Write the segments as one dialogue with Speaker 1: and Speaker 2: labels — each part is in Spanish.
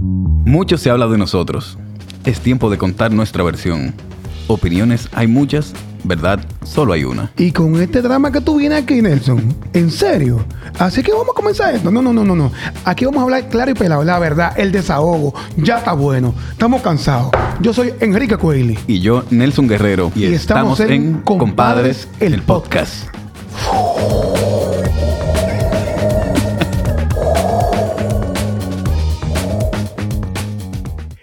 Speaker 1: Mucho se habla de nosotros. Es tiempo de contar nuestra versión. Opiniones hay muchas, verdad solo hay una.
Speaker 2: Y con este drama que tú vienes aquí, Nelson, en serio. Así que vamos a comenzar esto. No, no, no, no, no. Aquí vamos a hablar claro y pelado, la verdad, el desahogo. Ya está bueno. Estamos cansados. Yo soy Enrique Coelho.
Speaker 1: Y yo, Nelson Guerrero, y,
Speaker 2: Y
Speaker 1: estamos,
Speaker 2: estamos
Speaker 1: en
Speaker 2: en
Speaker 1: Compadres,
Speaker 2: Compadres,
Speaker 1: el,
Speaker 2: el
Speaker 1: podcast.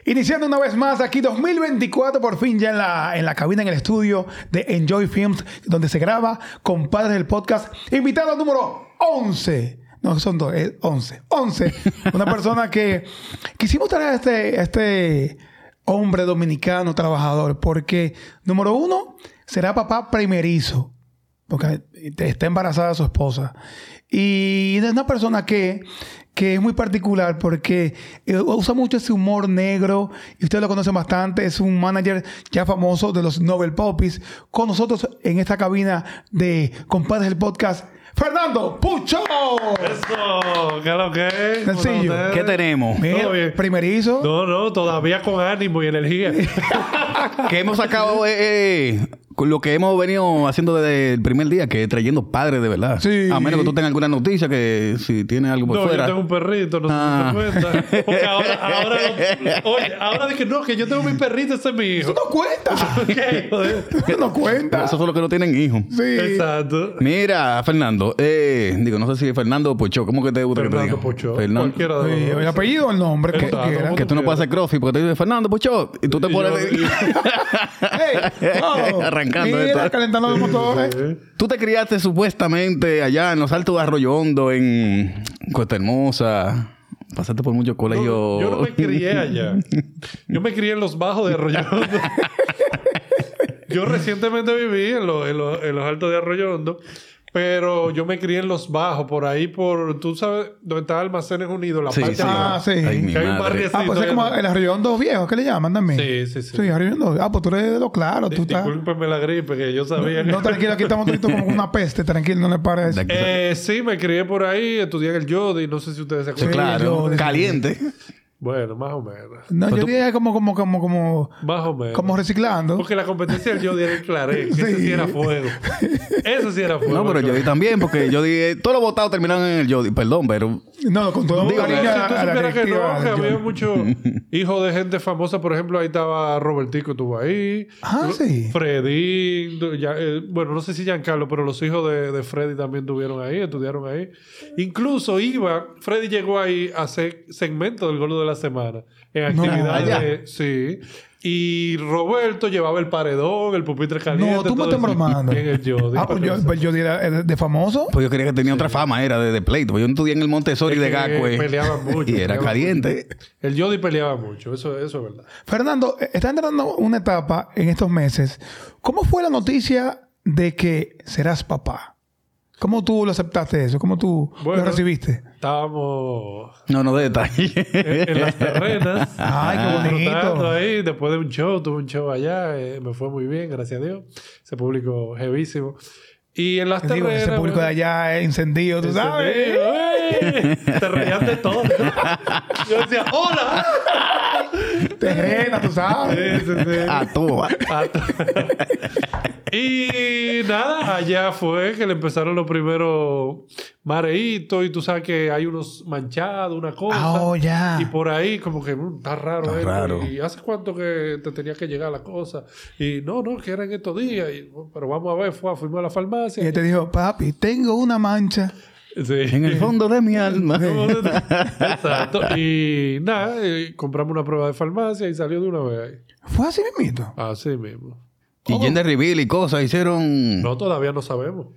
Speaker 2: Iniciando una vez más aquí 2024, por fin ya en la, en la cabina, en el estudio de Enjoy Films, donde se graba Compadres del Podcast. Invitado número 11. No, son dos, es 11. 11. Una persona que quisimos traer a este, a este hombre dominicano trabajador, porque número uno, será papá primerizo porque está embarazada su esposa. Y es una persona que, que es muy particular porque eh, usa mucho ese humor negro y ustedes lo conocen bastante. Es un manager ya famoso de los Nobel Popis. Con nosotros en esta cabina de Compadres del Podcast, Fernando Pucho.
Speaker 3: Eso, ¿qué es lo que es? ¿Cómo
Speaker 2: Sencillo.
Speaker 3: están ustedes?
Speaker 1: ¿Qué tenemos?
Speaker 2: Mira,
Speaker 3: bien.
Speaker 2: primerizo.
Speaker 3: No, no, todavía con ánimo y energía.
Speaker 1: que hemos sacado eh, eh, con lo que hemos venido haciendo desde el primer día, que es trayendo padres de verdad.
Speaker 2: Sí.
Speaker 1: A menos que tú tengas alguna noticia, que si tienes algo por
Speaker 3: No,
Speaker 1: fuera.
Speaker 3: yo tengo un perrito, no
Speaker 1: Ah.
Speaker 3: se te cuenta. Porque ahora, ahora, lo- oye, ahora dije, no, que yo tengo mi perrito, ese es mi hijo.
Speaker 2: Eso no cuenta.
Speaker 3: Ok, joder.
Speaker 2: Eso no cuenta.
Speaker 1: Esos son los que no tienen hijos.
Speaker 2: Sí.
Speaker 3: Exacto.
Speaker 1: Mira, Fernando, eh, digo, no sé si es Fernando o Pocho, ¿cómo que te gusta que te
Speaker 3: Fernando
Speaker 1: diga?
Speaker 3: Pocho.
Speaker 1: Fernando.
Speaker 3: Cualquiera
Speaker 2: Sí,
Speaker 3: de los
Speaker 2: el
Speaker 3: dos.
Speaker 2: apellido o el nombre, como tú
Speaker 3: Exacto.
Speaker 2: quieras.
Speaker 1: Que tú no puedes hacer crossfit porque te dice Fernando Pocho y tú te
Speaker 3: Y
Speaker 1: pones
Speaker 3: yo-
Speaker 2: Ey, no.
Speaker 1: Arrancando
Speaker 2: Mira,
Speaker 1: esto.
Speaker 2: calentando los motores.
Speaker 1: Tú te criaste supuestamente allá en los altos de Arroyo Hondo, en Costa Hermosa. Pasaste por muchos colegios.
Speaker 3: No, yo no me crié allá. Yo me crié en los bajos de Arroyo Hondo. Yo recientemente viví en, lo- en lo- en los altos de Arroyo Hondo, pero yo me crié en los bajos, por ahí, por, tú sabes, donde está Almacenes Unidos, la
Speaker 1: Sí,
Speaker 3: parte
Speaker 1: sí.
Speaker 2: Ah, sí.
Speaker 1: Ay, mi
Speaker 3: Que hay un
Speaker 1: madre.
Speaker 3: barrio-
Speaker 2: Ah, pues es
Speaker 3: Sí,
Speaker 2: como
Speaker 3: todavía
Speaker 2: el arrellón dos viejos, ¿qué le llaman también?
Speaker 3: Sí, sí, sí.
Speaker 2: Sí, arrellón dos. Ah, pues tú eres de lo claro, tú estás.
Speaker 3: Discúlpeme la gripe, que yo sabía que...
Speaker 2: No, tranquilo, aquí estamos toditos como una peste, tranquilo, no le pares.
Speaker 1: De-
Speaker 3: Eh, sí, me crié por ahí, estudié en el Jodi, no sé si ustedes se
Speaker 1: Sí,
Speaker 3: acuerdan.
Speaker 1: claro,
Speaker 2: yo-
Speaker 1: caliente.
Speaker 3: Bueno, más o menos.
Speaker 1: Pero
Speaker 2: No, yo
Speaker 1: Pues tú-
Speaker 2: diría como, como, como, como,
Speaker 3: Más o menos.
Speaker 2: como reciclando.
Speaker 3: Porque la competencia del Jodi era el Claret, que ese
Speaker 2: Sí.
Speaker 3: sí era fuego. Ese sí era fuego.
Speaker 1: No, pero
Speaker 3: el
Speaker 1: yo di también, porque yo dije, todos los votados terminaron en el Jodi. Perdón, pero
Speaker 2: No, con todo
Speaker 3: Digo,
Speaker 2: cariño
Speaker 3: si
Speaker 2: a,
Speaker 3: tú
Speaker 2: a la
Speaker 3: supieras que
Speaker 2: directiva.
Speaker 3: no, que había
Speaker 2: yo-
Speaker 3: mucho hijo de gente famosa. Por ejemplo, ahí estaba Robertico, estuvo ahí.
Speaker 2: Ah, sí.
Speaker 3: Freddy, ya- eh, bueno, no sé si Giancarlo, pero los hijos de, de Freddy también estuvieron ahí, estudiaron ahí. Incluso iba, Freddy llegó ahí a hacer segmento del gordo de la semana. En
Speaker 2: No,
Speaker 3: actividades,
Speaker 1: allá.
Speaker 3: de- sí. Y Roberto llevaba el paredón, el pupitre caliente.
Speaker 2: No, tú me
Speaker 3: todo
Speaker 2: estás
Speaker 3: eso.
Speaker 2: bromando.
Speaker 3: En el Jodi,
Speaker 2: Ah, pues
Speaker 3: para
Speaker 2: yo,
Speaker 3: que no
Speaker 2: pues yo diría eh, de, de famoso.
Speaker 1: pues yo creía que tenía otra fama, era de, de pleito. pues Yo estudié en el Montessori
Speaker 3: Es
Speaker 1: de
Speaker 3: que
Speaker 1: Gacue.
Speaker 3: peleaban mucho,
Speaker 1: Y era
Speaker 3: peleaban
Speaker 1: caliente.
Speaker 3: se- El Jodi peleaba mucho, eso, eso es verdad.
Speaker 2: Fernando, eh, está entrando una etapa en estos meses. ¿Cómo fue la noticia de que serás papá? ¿Cómo tú lo aceptaste eso? ¿Cómo tú
Speaker 3: Bueno.
Speaker 2: lo recibiste?
Speaker 3: Estábamos
Speaker 1: No, no, de detalle.
Speaker 3: en, en las terrenas.
Speaker 2: Ay, qué Ah, bonito.
Speaker 3: Disfrutando ahí, después de un show, tuve un show allá, eh, me fue muy bien, gracias a Dios. Ese público heavísimo. Y en las
Speaker 2: Te digo,
Speaker 3: terrenas.
Speaker 2: ese público de
Speaker 3: bueno,
Speaker 2: allá es incendio, tú
Speaker 3: ese
Speaker 2: sabes.
Speaker 3: día, ¡eh! Te reías de todo. Yo decía, ¡hola!
Speaker 2: Te rena, tú sabes.
Speaker 3: Sí, sí, sí.
Speaker 2: Ah.
Speaker 1: A toa.
Speaker 3: y nada, allá fue que le empezaron los primeros mareitos y tú sabes que hay unos manchados, una cosa.
Speaker 2: Ah, oh, ya.
Speaker 3: Y por ahí como que "Mm, está raro
Speaker 1: Está
Speaker 3: esto,
Speaker 1: raro.
Speaker 3: Y hace cuánto que te tenía que llegar la cosa. Y no, no, que eran estos días. Y, "Bueno, pero vamos a ver, fue, fuimos a la
Speaker 2: Y
Speaker 3: farmacia.
Speaker 2: él te dijo, papi, tengo una mancha.
Speaker 3: Sí.
Speaker 1: Este, En el fondo de mi alma.
Speaker 3: Exacto. Y nada, eh, compramos una prueba de farmacia y salió de una vez ahí.
Speaker 2: Fue así mismito.
Speaker 3: Así mismo.
Speaker 1: Y Gender Reveal y cosas hicieron.
Speaker 3: No, todavía no sabemos.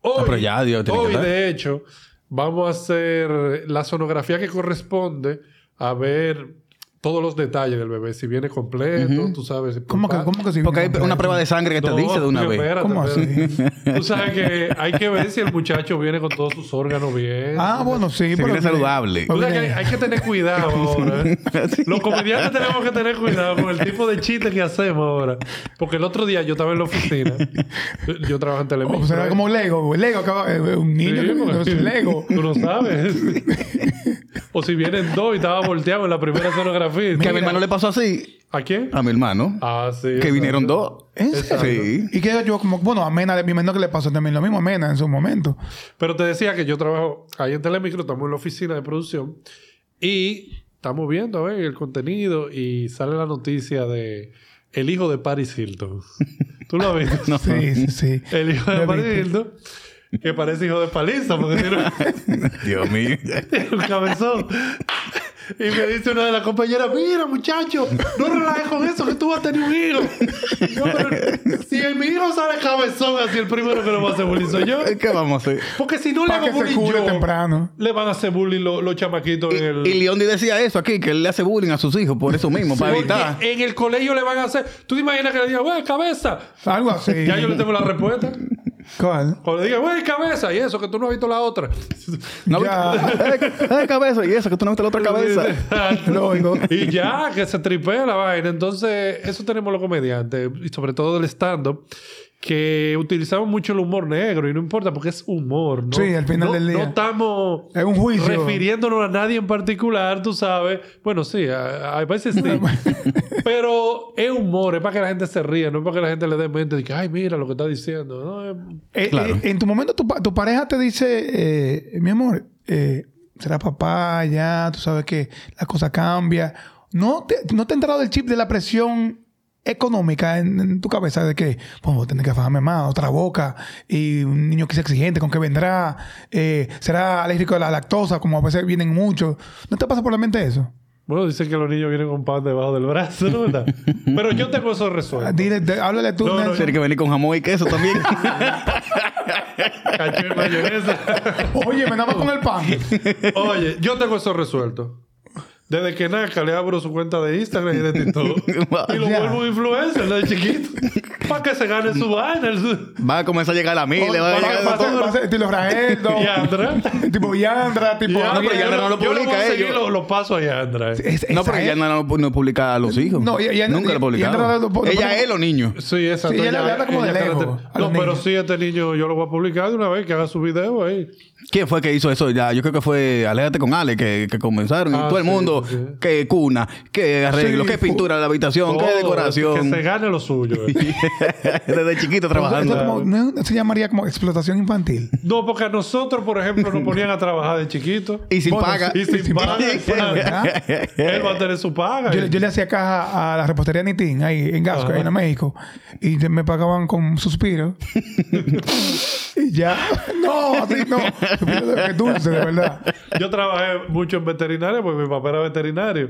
Speaker 3: Hoy,
Speaker 1: Ah, pero ya, Dios, tiene que
Speaker 3: hoy,
Speaker 1: estar.
Speaker 3: de hecho, vamos a hacer la sonografía que corresponde a ver todos los detalles del bebé. Si viene completo, tú sabes. si
Speaker 2: ¿Cómo que,
Speaker 3: pulpa-
Speaker 2: cómo que si
Speaker 1: Porque hay una prueba de sangre que te
Speaker 3: No,
Speaker 1: dice de una
Speaker 3: pero
Speaker 1: vez.
Speaker 3: espérate,
Speaker 2: ¿Cómo
Speaker 3: espérate. Tú sabes que hay que ver si el muchacho viene con todos sus órganos bien.
Speaker 2: Ah, bueno, sí.
Speaker 1: Si
Speaker 2: pero
Speaker 1: viene saludable.
Speaker 3: Tú sabes que hay, hay que tener cuidado ahora. ¿eh? Los comediantes tenemos que tener cuidado con el tipo de chistes que hacemos ahora. Porque el otro día yo estaba en la oficina. Yo trabajo en Telemundo.
Speaker 2: O sea, como Lego. güey. Lego, acaba- eh, un eh, niño
Speaker 3: Sí,
Speaker 2: que
Speaker 3: porque
Speaker 2: no es Lego.
Speaker 3: Tú lo sabes. O si vienen dos y estaba volteado en la primera sonografía.
Speaker 1: Que a mi hermano le pasó así.
Speaker 3: ¿A quién?
Speaker 1: A mi hermano.
Speaker 3: Ah, sí.
Speaker 1: que
Speaker 3: exacto.
Speaker 1: vinieron dos.
Speaker 2: ¿En serio?
Speaker 1: Sí.
Speaker 2: Y que yo como, bueno, a Mena, mi menor que le pasó también lo mismo a Mena en su momento.
Speaker 3: Pero te decía que yo trabajo ahí en Telemicro, estamos en la oficina de producción y estamos viendo a ver, el contenido y sale la noticia de el hijo de Paris Hilton. ¿Tú lo has visto?
Speaker 2: Sí, sí, sí.
Speaker 3: El hijo de
Speaker 2: Lo
Speaker 3: Paris
Speaker 2: viste.
Speaker 3: Hilton. Que parece hijo de paliza, porque tiene un-
Speaker 1: Dios mío.
Speaker 3: tiene un cabezón. Y me dice una de las compañeras, mira muchacho, no relajes con eso, que tú vas a tener un hijo. Y yo, "Pero si mi hijo sale cabezón, así el primero que lo va a hacer bullying soy yo.
Speaker 1: ¿Qué vamos a hacer?
Speaker 3: Porque si no le
Speaker 2: Para
Speaker 3: hago
Speaker 2: que se
Speaker 3: bullying
Speaker 2: cure
Speaker 3: yo,
Speaker 2: temprano.
Speaker 3: le van a hacer bullying lo- los chamaquitos
Speaker 1: Y,
Speaker 3: en el...
Speaker 1: y Leondi decía eso aquí, que él le hace bullying a sus hijos por eso mismo, para
Speaker 3: Porque
Speaker 1: evitar.
Speaker 3: En el colegio le van a hacer... ¿Tú te imaginas que le digan, güey, cabeza?
Speaker 2: Algo así.
Speaker 3: Ya yo le tengo la respuesta.
Speaker 2: ¿Cuál?
Speaker 3: O le digan, güey, cabeza. Y eso, que tú no has visto la otra.
Speaker 1: No,
Speaker 2: Ya.
Speaker 1: eh, eh, cabeza, y eso, que tú no viste la otra cabeza.
Speaker 2: Lógico.
Speaker 3: y ya, que se tripea la vaina. Entonces, eso tenemos los comediantes. Y sobre todo del stand-up. Que utilizamos mucho el humor negro. Y no importa, porque es humor, ¿no?
Speaker 2: Sí, al final
Speaker 3: No-
Speaker 2: del día.
Speaker 3: No estamos...
Speaker 2: Es un juicio.
Speaker 3: refiriéndonos a nadie en particular, tú sabes. Bueno, sí, a, a veces sí. Pero es humor, es para que la gente se ría, no es para que la gente le dé mente de que, ay, mira lo que está diciendo. No, es-
Speaker 2: Eh,
Speaker 1: Claro.
Speaker 2: eh, en tu momento, tu, pa- tu pareja te dice, eh, mi amor, eh, será papá ya, tú sabes que la cosa cambia. ¿No te, no te ha entrado el chip de la presión económica en, en tu cabeza de que, bueno, voy a tener que fajarme más, otra boca, y un niño que sea exigente, ¿con qué vendrá? Eh, ¿Será alérgico a la lactosa, como a veces vienen muchos? ¿No te pasa por la mente eso?
Speaker 3: Bueno, dicen que los niños vienen con pan debajo del brazo, ¿no verdad? Pero yo tengo eso resuelto.
Speaker 2: Dile, de- háblale tú,
Speaker 3: No, no,
Speaker 2: Nelson.
Speaker 1: Tiene que venir con jamón y queso también.
Speaker 3: Cacho y mayonesa.
Speaker 2: Oye, me nada más con el pan.
Speaker 3: Oye, yo tengo eso resuelto. Desde que Naka le abro su cuenta de Instagram y de TikTok. y lo
Speaker 2: Ya.
Speaker 3: vuelvo un influencer de chiquito. Para que se gane su vaina. el-
Speaker 1: Va a comenzar a llegar a mí, le va a
Speaker 2: Va a
Speaker 1: llegar
Speaker 2: ser- va a ser- va a ser Estilo Raeldo.
Speaker 3: Y Andra.
Speaker 2: tipo Yandra, tipo...
Speaker 3: Ya,
Speaker 1: No, pero
Speaker 3: yo
Speaker 1: Yandra no lo
Speaker 3: yo le voy a
Speaker 1: publica, eh,
Speaker 3: seguir
Speaker 1: yo-
Speaker 3: lo- los pasos a Yandra. eh.
Speaker 2: Es-
Speaker 1: No,
Speaker 2: esa
Speaker 1: porque ella
Speaker 2: es.
Speaker 1: no, no publica a los hijos.
Speaker 2: No, y- y-
Speaker 1: Nunca
Speaker 2: y-
Speaker 1: lo publicaba.
Speaker 2: y entra- lo- lo-
Speaker 1: ella es los niños.
Speaker 3: Sí, exacto.
Speaker 2: Sí, ella le habla como de
Speaker 3: ella-
Speaker 2: lejos a los
Speaker 3: No, pero
Speaker 2: niños.
Speaker 3: sí, este niño yo lo voy a publicar de una vez que haga su video ahí.
Speaker 1: ¿Quién fue que hizo eso ya? Yo creo que fue Aléjate con Ale, que, que comenzaron. y
Speaker 3: Ah,
Speaker 1: todo el
Speaker 3: sí,
Speaker 1: mundo,
Speaker 3: sí.
Speaker 1: que cuna, que arreglo,
Speaker 2: Sí,
Speaker 1: que
Speaker 2: fu-
Speaker 1: pintura de la habitación, que
Speaker 3: Todo,
Speaker 1: decoración.
Speaker 3: Que se gane lo suyo. eh.
Speaker 1: Desde chiquito
Speaker 2: Esto
Speaker 1: trabajando.
Speaker 2: es como- no, se llamaría como explotación infantil.
Speaker 3: No, porque a nosotros, por ejemplo, nos ponían a trabajar de chiquito.
Speaker 1: Y sin
Speaker 2: Bueno,
Speaker 1: paga.
Speaker 3: Y sin paga.
Speaker 2: ¿verdad?
Speaker 3: Él va a tener su paga.
Speaker 2: Yo, yo le hacía caja a la repostería Nitin ahí en Gasco,
Speaker 3: Ajá.
Speaker 2: ahí en México. Y te- me pagaban con suspiro. y ya. No, así no. Suspiro de- que dulce, de verdad.
Speaker 3: Yo trabajé mucho en veterinaria porque mi papá era veterinario.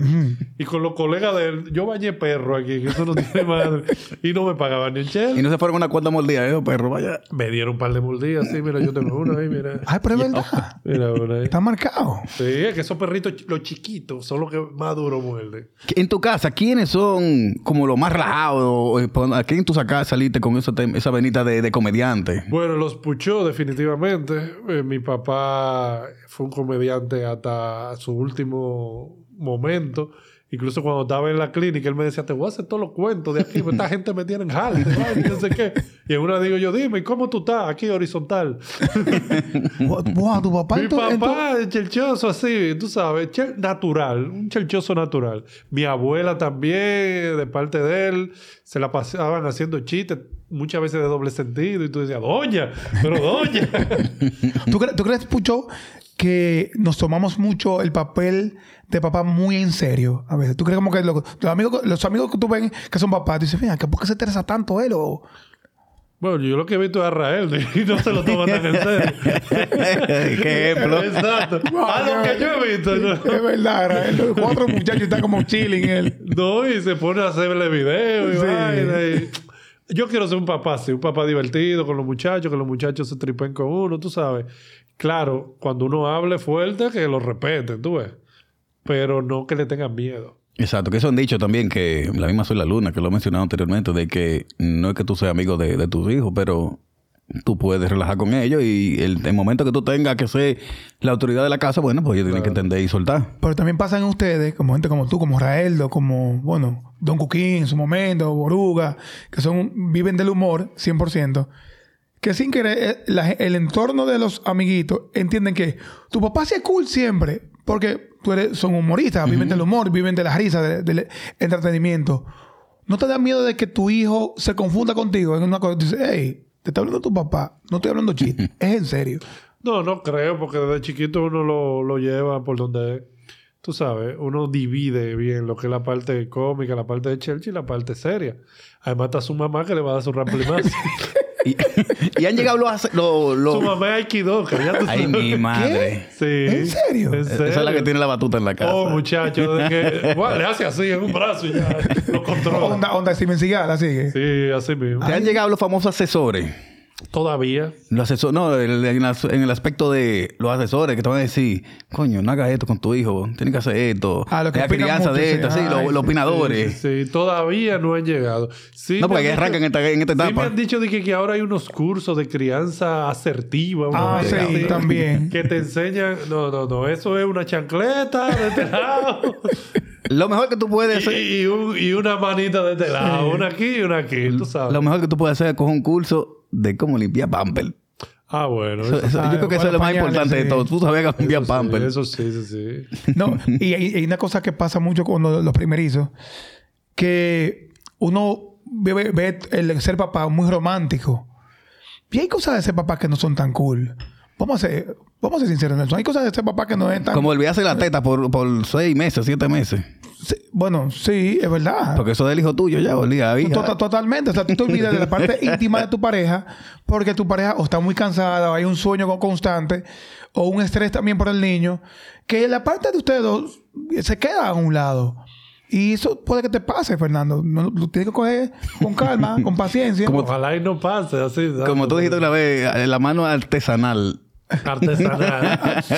Speaker 3: Y con los colegas de él, yo bañé perro aquí, que eso no tiene madre. Y no me pagaban ni un chel.
Speaker 1: Y no se fueron una cuarta mordida, ¿eh? Perro, vaya.
Speaker 3: Me dieron un par de mordidas, sí, mira, yo tengo una ahí, mira.
Speaker 2: Ay, pero es verdad.
Speaker 3: Mira, una ahí.
Speaker 2: Está marcado.
Speaker 3: Sí, es que esos perritos, ch- los chiquitos, son los que más duro muerden.
Speaker 1: En tu casa, ¿quiénes son como los más relajados? ¿A quién tú sacaste, saliste con esa, tem- esa venita de, de comediante?
Speaker 3: Bueno, los puchó definitivamente. Eh, mi papá fue un comediante hasta su último momento. Incluso cuando estaba en la clínica, él me decía, te voy a hacer todos los cuentos de aquí, pero esta gente me tiene en jale, vaina, no sé qué. Y en una digo yo, dime, ¿y ¿cómo tú estás aquí horizontal?
Speaker 2: Wow, tu papá
Speaker 3: Mi
Speaker 2: en tu- en tu-
Speaker 3: papá, chelchoso así, tú sabes, chel- natural, un chelchoso natural. Mi abuela también, de parte de él, se la pasaban haciendo chistes, muchas veces de doble sentido, y tú decías, doña, pero doña.
Speaker 2: ¿Tú, cre- tú crees, Pucho, que nos tomamos mucho el papel de papá muy en serio? A veces, ¿tú crees como que lo- los, amigos, los amigos que tú ven que son papás, tú dices, mira, ¿por qué se interesa tanto él? O,
Speaker 3: bueno, yo lo que he visto es a Rael, y no se lo toman tan en serio.
Speaker 1: Qué ejemplo.
Speaker 3: Exacto. A lo que yo he visto. ¿no?
Speaker 2: Es verdad, era él. los cuatro muchachos están como chilling él.
Speaker 3: No, y se pone a hacerle video y
Speaker 2: Sí.
Speaker 3: vaina, y- Yo quiero ser un papá, sí, un papá divertido con los muchachos, que los muchachos se tripen con uno, tú sabes. Claro, cuando uno hable fuerte, que lo respeten, tú ves. Pero no que le tengan miedo.
Speaker 1: Exacto, que eso han dicho también que la misma soy la luna, que lo he mencionado anteriormente, de que no es que tú seas amigo de, de tus hijos, pero tú puedes relajar con ellos y el, el momento que tú tengas que ser la autoridad de la casa, bueno, pues ellos tienen que entender y soltar.
Speaker 2: Pero también pasan ustedes, como gente como tú, como Raeldo, como, bueno, Don Cuquín en su momento, Boruga, que son, viven del humor 100%, que sin querer eh, la ge- el entorno de los amiguitos entienden que tu papá sí es cool siempre, porque tú eres, son humoristas, viven del humor, viven de las risas, de- del entretenimiento. ¿No te da miedo de que tu hijo se confunda contigo en una cosa? Dices, hey, te está hablando tu papá, no estoy hablando chiste, es en serio.
Speaker 3: No, no creo, porque desde chiquito uno lo, lo lleva por donde es. Tú sabes, uno divide bien lo que es la parte cómica, la parte de Chelsea y la parte seria. Además está su mamá que le va a dar su ramplimazo.
Speaker 1: Y, y han llegado los... los- los-
Speaker 3: su mamá es Aikido, que ya tú
Speaker 1: Ay, mi madre.
Speaker 3: Sí.
Speaker 2: ¿En serio?
Speaker 3: ¿En
Speaker 1: Esa es la que
Speaker 3: serio?
Speaker 1: tiene la batuta en la casa.
Speaker 3: Oh, muchacho, de que, Buah, le hace así en un brazo y ya lo controla.
Speaker 2: Onda, onda Steven Seagal, así que.
Speaker 3: Sí, así mismo.
Speaker 1: Te han llegado los famosos asesores.
Speaker 3: Todavía.
Speaker 1: Los aseso- no, el- en, las- en el aspecto de los asesores que te van a decir, coño, no hagas esto con tu hijo, tienes que hacer esto.
Speaker 2: Ah, los que
Speaker 1: la
Speaker 2: opinan
Speaker 1: crianza
Speaker 2: mucho,
Speaker 1: de
Speaker 2: sí.
Speaker 1: esto, sí,
Speaker 2: Ay,
Speaker 1: los,
Speaker 2: sí,
Speaker 1: los
Speaker 2: sí,
Speaker 1: opinadores.
Speaker 3: Sí, todavía no han llegado. Sí,
Speaker 1: No,
Speaker 3: me
Speaker 1: porque
Speaker 3: han
Speaker 1: arrancan en
Speaker 3: dicho-
Speaker 1: esta, en esta
Speaker 3: Sí, me
Speaker 1: etapa.
Speaker 3: han dicho de que, que ahora hay unos cursos de crianza asertiva. una
Speaker 2: Ah,
Speaker 3: vaina
Speaker 2: sí,
Speaker 3: así,
Speaker 2: también.
Speaker 3: Que te enseñan... No, no, no. Eso es una chancleta de este lado.
Speaker 1: Lo mejor que tú puedes hacer,
Speaker 3: y, y un- y una manita de este lado. Una aquí y una aquí. Tú sabes.
Speaker 1: lo mejor que tú puedes hacer es coger un curso de cómo limpiar pamper.
Speaker 3: Ah, bueno.
Speaker 1: Eso-
Speaker 3: Eso,
Speaker 1: eso-
Speaker 2: Ah,
Speaker 1: yo creo que eso es lo más
Speaker 2: pañales,
Speaker 1: importante de
Speaker 2: sí.
Speaker 1: todo. Tú sabes limpiar pamper.
Speaker 3: sí, eso sí, sí, sí.
Speaker 2: No, y hay, hay una cosa que pasa mucho con los, los primerizos, que uno ve, ve- ve el ser papá muy romántico. Y hay cosas de ser papá que no son tan cool. Vamos a ser, vamos a ser sinceros, Nelson. Hay cosas de ser papá que no es tan...
Speaker 1: Como olvidarse la teta por, por seis meses, siete meses.
Speaker 2: Sí, bueno, sí, es verdad.
Speaker 1: Porque eso del hijo tuyo ya olía a hija.
Speaker 2: Tota- Totalmente. O sea, Ah. tú te olvidas de la parte íntima de tu pareja porque tu pareja o está muy cansada o hay un sueño con- constante o un estrés también por el niño. Que la parte de ustedes dos se queda a un lado. Y eso puede que te pase, Fernando. No, lo tienes que coger con calma, con paciencia.
Speaker 3: Ojalá y no pase así. ¿sabes?
Speaker 1: Como tú dijiste una vez, la mano artesanal.
Speaker 3: Artesanal.
Speaker 2: Ah, Sí,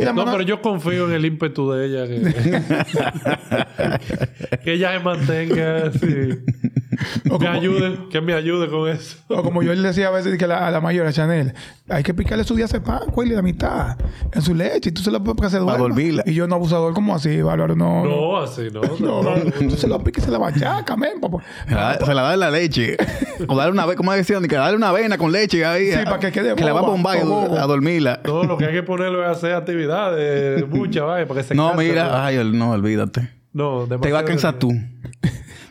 Speaker 2: la
Speaker 3: No,
Speaker 2: mano-
Speaker 3: pero yo confío en el ímpetu de ella. Que, que ella se mantenga así.
Speaker 2: O
Speaker 3: Me
Speaker 2: como-
Speaker 3: ayude, que me ayude con eso.
Speaker 2: O como yo le decía a veces que la- a la mayor, a Chanel, hay que picarle su día de pan, cuál la mitad, en su leche, y tú se lo puedes para que se duerma.
Speaker 1: dormirla.
Speaker 2: Y yo no abusador como así, Bárbaro, no. no.
Speaker 3: No, así no.
Speaker 2: No,
Speaker 3: no, no.
Speaker 2: tú se lo piques y se la machaca, men, papá.
Speaker 1: Se la,
Speaker 2: pues.
Speaker 1: se la da en la leche. O darle una vena, como decían, que darle una vena con leche ahí.
Speaker 2: Sí,
Speaker 1: a-
Speaker 2: para que quede
Speaker 1: la va a
Speaker 2: boba,
Speaker 1: bombar y
Speaker 2: o bobo.
Speaker 1: a dormirla.
Speaker 3: No, lo que hay que ponerlo es hacer actividades, muchas, vaya, para que se
Speaker 1: No,
Speaker 3: canse,
Speaker 1: mira, ay, el- no, olvídate.
Speaker 3: No,
Speaker 1: Te va a cansar tú.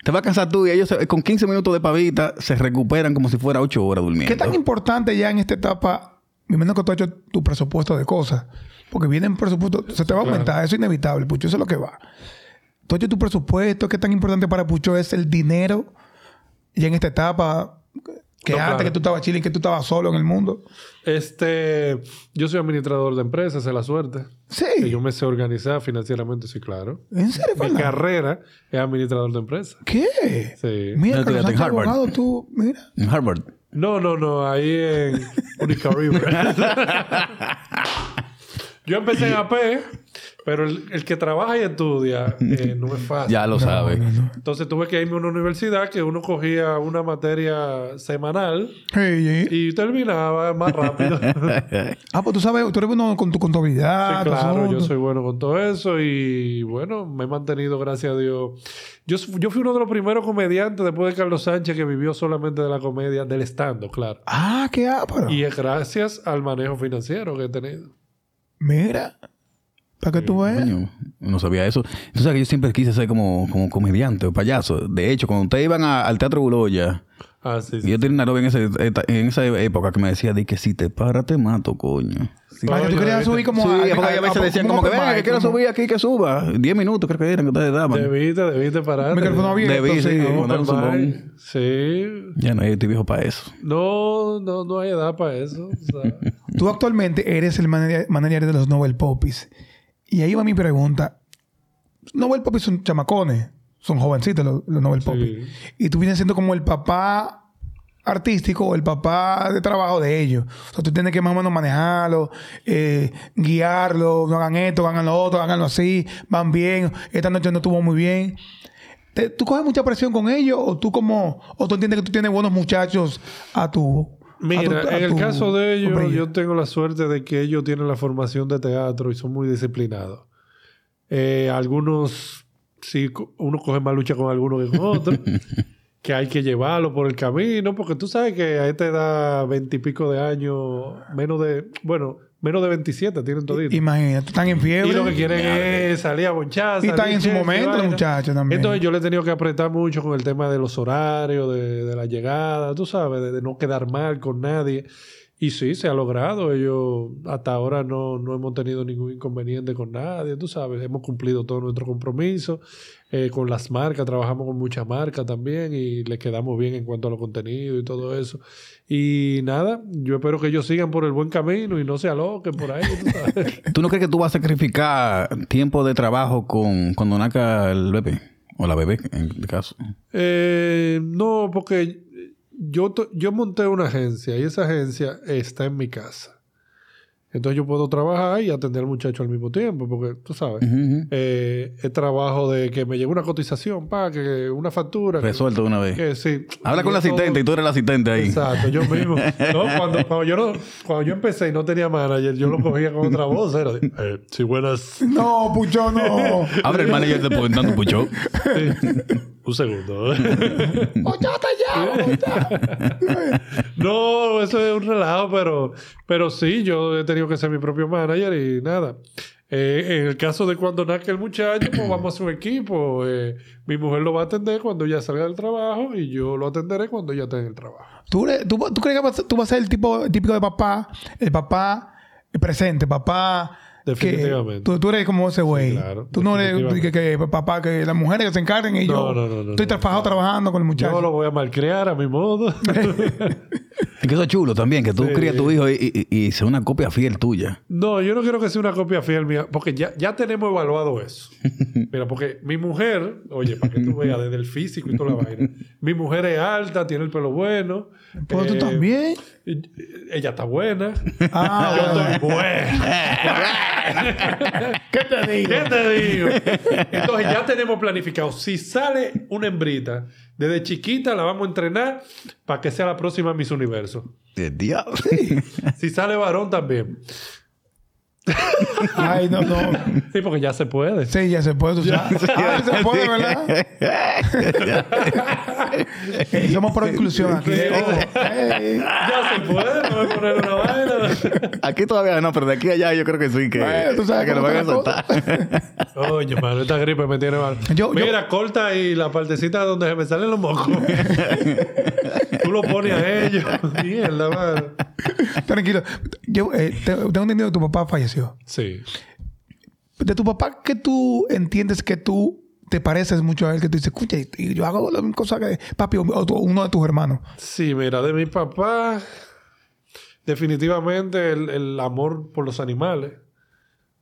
Speaker 1: Te va a cansar tú y ellos eh, con 15 minutos de pavita se recuperan como si fuera 8 horas durmiendo.
Speaker 2: ¿Qué tan importante ya en esta etapa? Me imagino que tú has hecho tu presupuesto de cosas. Porque viene un presupuesto, se te va a aumentar, eso es inevitable, Pucho, eso es lo que va. Tú has hecho tu presupuesto, ¿qué tan importante para Pucho es el dinero? Y en esta etapa, que
Speaker 3: No,
Speaker 2: antes
Speaker 3: claro.
Speaker 2: que tú estabas chilling, que tú estabas solo en el mundo.
Speaker 3: Este, yo soy administrador de empresas, es la suerte. Y
Speaker 2: Sí,
Speaker 3: yo me sé organizar financieramente, sí, claro.
Speaker 2: en serio,
Speaker 3: Mi
Speaker 2: Fernando.
Speaker 3: carrera es administrador de empresas.
Speaker 2: ¿Qué?
Speaker 3: Sí.
Speaker 2: Mira,
Speaker 1: No,
Speaker 2: que
Speaker 1: estudiaste
Speaker 2: los
Speaker 1: en
Speaker 2: Sánchez
Speaker 1: Harvard.
Speaker 2: abogado, tú, mira.
Speaker 1: En Harvard.
Speaker 3: No, no, no, ahí en Unicaribe. Yo empecé en AP, pero el, el que trabaja y estudia eh, no es fácil.
Speaker 1: Ya lo sabe.
Speaker 3: Entonces tuve que irme a una universidad que uno cogía una materia semanal
Speaker 2: Hey, hey.
Speaker 3: y terminaba más rápido. Sí,
Speaker 2: Ah, pues tú sabes, tú eres bueno con tu contabilidad. tu
Speaker 3: claro, yo
Speaker 2: asunto.
Speaker 3: soy bueno con todo eso y bueno, me he mantenido, gracias a Dios. Yo, s- yo fui uno de los primeros comediantes después de Carlos Sánchez que vivió solamente de la comedia, del estando, claro.
Speaker 2: Ah, qué áparo.
Speaker 3: Y es gracias al manejo financiero que he tenido.
Speaker 2: Mira, para que tú veas.
Speaker 1: Coño, no sabía eso. Tú sabes que yo siempre quise ser como, como comediante o payaso. De hecho, cuando ustedes iban a- al Teatro Buloya,
Speaker 3: Ah, sí,
Speaker 1: yo tenía una novia en, ese- eta- en esa época que me decía, di que si te paras te mato, coño. Si
Speaker 2: Ah, que tú
Speaker 3: Coño,
Speaker 2: querías
Speaker 3: ¿viste?
Speaker 2: subir como
Speaker 1: sí,
Speaker 2: a,
Speaker 1: porque a, veces decían como que
Speaker 2: open
Speaker 1: venga,
Speaker 2: mic,
Speaker 1: que quiero
Speaker 2: como-
Speaker 1: subir aquí, que suba. Diez minutos creo que eran que ustedes daban.
Speaker 3: Debiste, debiste parar.
Speaker 2: Micrófono abierto.
Speaker 1: Debí, sí,
Speaker 2: sí,
Speaker 3: No,
Speaker 1: mandar un
Speaker 3: papá.
Speaker 1: zumbón.
Speaker 3: Sí.
Speaker 1: Ya no, yo estoy viejo para eso.
Speaker 3: No, no, no hay edad para eso. o sea.
Speaker 2: Tú actualmente eres el manager manager de los Nobel Popis. Y ahí va mi pregunta. Nobel Popis son chamacones. Son jovencitos los, los Nobel Popis. Y tú vienes siendo como el papá artístico o el papá de trabajo de ellos. O sea, tú tienes que más o menos manejarlo, eh, guiarlo, no hagan esto, hagan lo otro, háganlo así, van bien, esta noche no estuvo muy bien. Te- ¿Tú coges mucha presión con ellos o tú como, o tú entiendes que tú tienes buenos muchachos a tu... a tu-
Speaker 3: Mira,
Speaker 2: a
Speaker 3: en el
Speaker 2: tu
Speaker 3: caso de ellos,
Speaker 2: sombrilla?
Speaker 3: yo tengo la suerte de que ellos tienen la formación de teatro y son muy disciplinados. Eh, algunos, sí, co- uno coge más lucha con algunos que con otros. que hay que llevarlo por el camino, porque tú sabes que a esta edad, veintipico de años, menos de, bueno, menos de 27 tienen todito. Y,
Speaker 2: Imagínate, están en fiebre.
Speaker 3: lo que quieren es salir a bonchar.
Speaker 2: Y
Speaker 3: salir
Speaker 2: están en su
Speaker 3: chef,
Speaker 2: momento los
Speaker 3: vaina.
Speaker 2: muchachos también.
Speaker 3: Entonces yo le he tenido que apretar mucho con el tema de los horarios, de, de la llegada, tú sabes, de, de no quedar mal con nadie. Y sí, se ha logrado. Ellos hasta ahora no, no hemos tenido ningún inconveniente con nadie, tú sabes. Hemos cumplido todo nuestro compromiso. Eh, con las marcas, trabajamos con muchas marcas también y les quedamos bien en cuanto a los contenidos y todo eso. Y nada, yo espero que ellos sigan por el buen camino y no se aloquen por ahí. tú sabes.
Speaker 1: ¿Tú no crees que tú vas a sacrificar tiempo de trabajo con cuando nazca el bebé? O la bebé, en el caso.
Speaker 3: Eh, no, porque yo, to- yo monté una agencia y esa agencia está en mi casa. Entonces yo puedo trabajar y atender al muchacho al mismo tiempo, porque tú sabes,
Speaker 1: Ujú, ujú.
Speaker 3: eh, es trabajo de que me llegue una cotización, pa, que una factura. que-
Speaker 1: Resuelto de una vez.
Speaker 3: que sí.
Speaker 1: Habla con
Speaker 3: Y
Speaker 1: la
Speaker 3: eso-
Speaker 1: asistente y tú eres la asistente ahí.
Speaker 3: Exacto, yo mismo. No, cuando, cuando yo no- cuando yo empecé y no tenía manager, yo lo cogía con otra voz. Era, de, eh, sí, buenas.
Speaker 2: No, pucho, no.
Speaker 1: Abre el manager de dando pucho.
Speaker 3: Sí. Un segundo.
Speaker 2: ¡Puchota Pues ya!
Speaker 3: No, eso es un relajo, pero, pero sí, yo he tenido que ser mi propio manager y nada. Eh, en el caso de cuando nazca el muchacho, pues vamos a hacer un equipo. Eh, mi mujer lo va a atender cuando ella salga del trabajo y yo lo atenderé cuando ella esté en el trabajo.
Speaker 2: ¿Tú, le- tú, tú crees que vas a- tú vas a ser el tipo típico de papá, el papá presente, papá. que-
Speaker 3: Definitivamente.
Speaker 2: tú, tú eres como ese güey.
Speaker 3: claro,
Speaker 2: tú no eres que,
Speaker 3: definitivamente.
Speaker 2: que papá, que las mujeres que se encarguen y yo
Speaker 3: No, no, no, no,
Speaker 2: estoy
Speaker 3: no,
Speaker 2: trabajado trabajando con el muchacho.
Speaker 3: Yo lo voy a malcrear a mi modo.
Speaker 1: Y que eso es chulo también, que tú
Speaker 3: Sí.
Speaker 1: crías a tu hijo y, y- y- y sea una copia fiel tuya.
Speaker 3: No, yo no quiero que sea una copia fiel mía, porque ya, ya tenemos evaluado eso. Mira, porque mi mujer, oye, para que tú veas desde el físico y toda la vaina, mi mujer es alta, tiene el pelo bueno.
Speaker 2: Pero tú
Speaker 3: eh,
Speaker 2: también.
Speaker 3: y- y- Ella está buena.
Speaker 2: Ah,
Speaker 3: yo
Speaker 2: bueno.
Speaker 3: estoy buena.
Speaker 2: ¿Qué te digo?
Speaker 3: ¿Qué te digo? Entonces ya tenemos planificado. Si sale una hembrita, desde chiquita la vamos a entrenar para que sea la próxima Miss Universo.
Speaker 1: El diablo.
Speaker 3: Si sale varón también.
Speaker 2: Ay, no, no.
Speaker 3: Sí, porque ya se puede.
Speaker 2: Sí, ya se puede usar. Ah, se puede, ¿verdad? Eh, somos por inclusión aquí.
Speaker 3: Sí.
Speaker 2: Ojo. Ey.
Speaker 3: Ya se puede, no me poner una vaina.
Speaker 1: Aquí todavía no, pero de aquí a allá yo creo que sí, que,
Speaker 2: Bueno, tú sabes
Speaker 1: que lo
Speaker 2: cómo
Speaker 1: van a
Speaker 2: está la cosa.
Speaker 1: soltar.
Speaker 3: Oye, mano, esta gripe me tiene mal.
Speaker 2: Yo- yo-
Speaker 3: Mira, corta ahí la partecita donde se me salen los mocos. Tú lo pones a ellos. Mierda, mano.
Speaker 2: Tranquilo. Yo eh, te- tengo entendido que tu papá falleció.
Speaker 3: Sí.
Speaker 2: De tu papá, que tú entiendes que tú te pareces mucho a él? Que tú dices, escucha, y- y yo hago la misma cosa que papi o, o tu- uno de tus hermanos.
Speaker 3: Sí, mira, de mi papá, definitivamente el, el amor por los animales.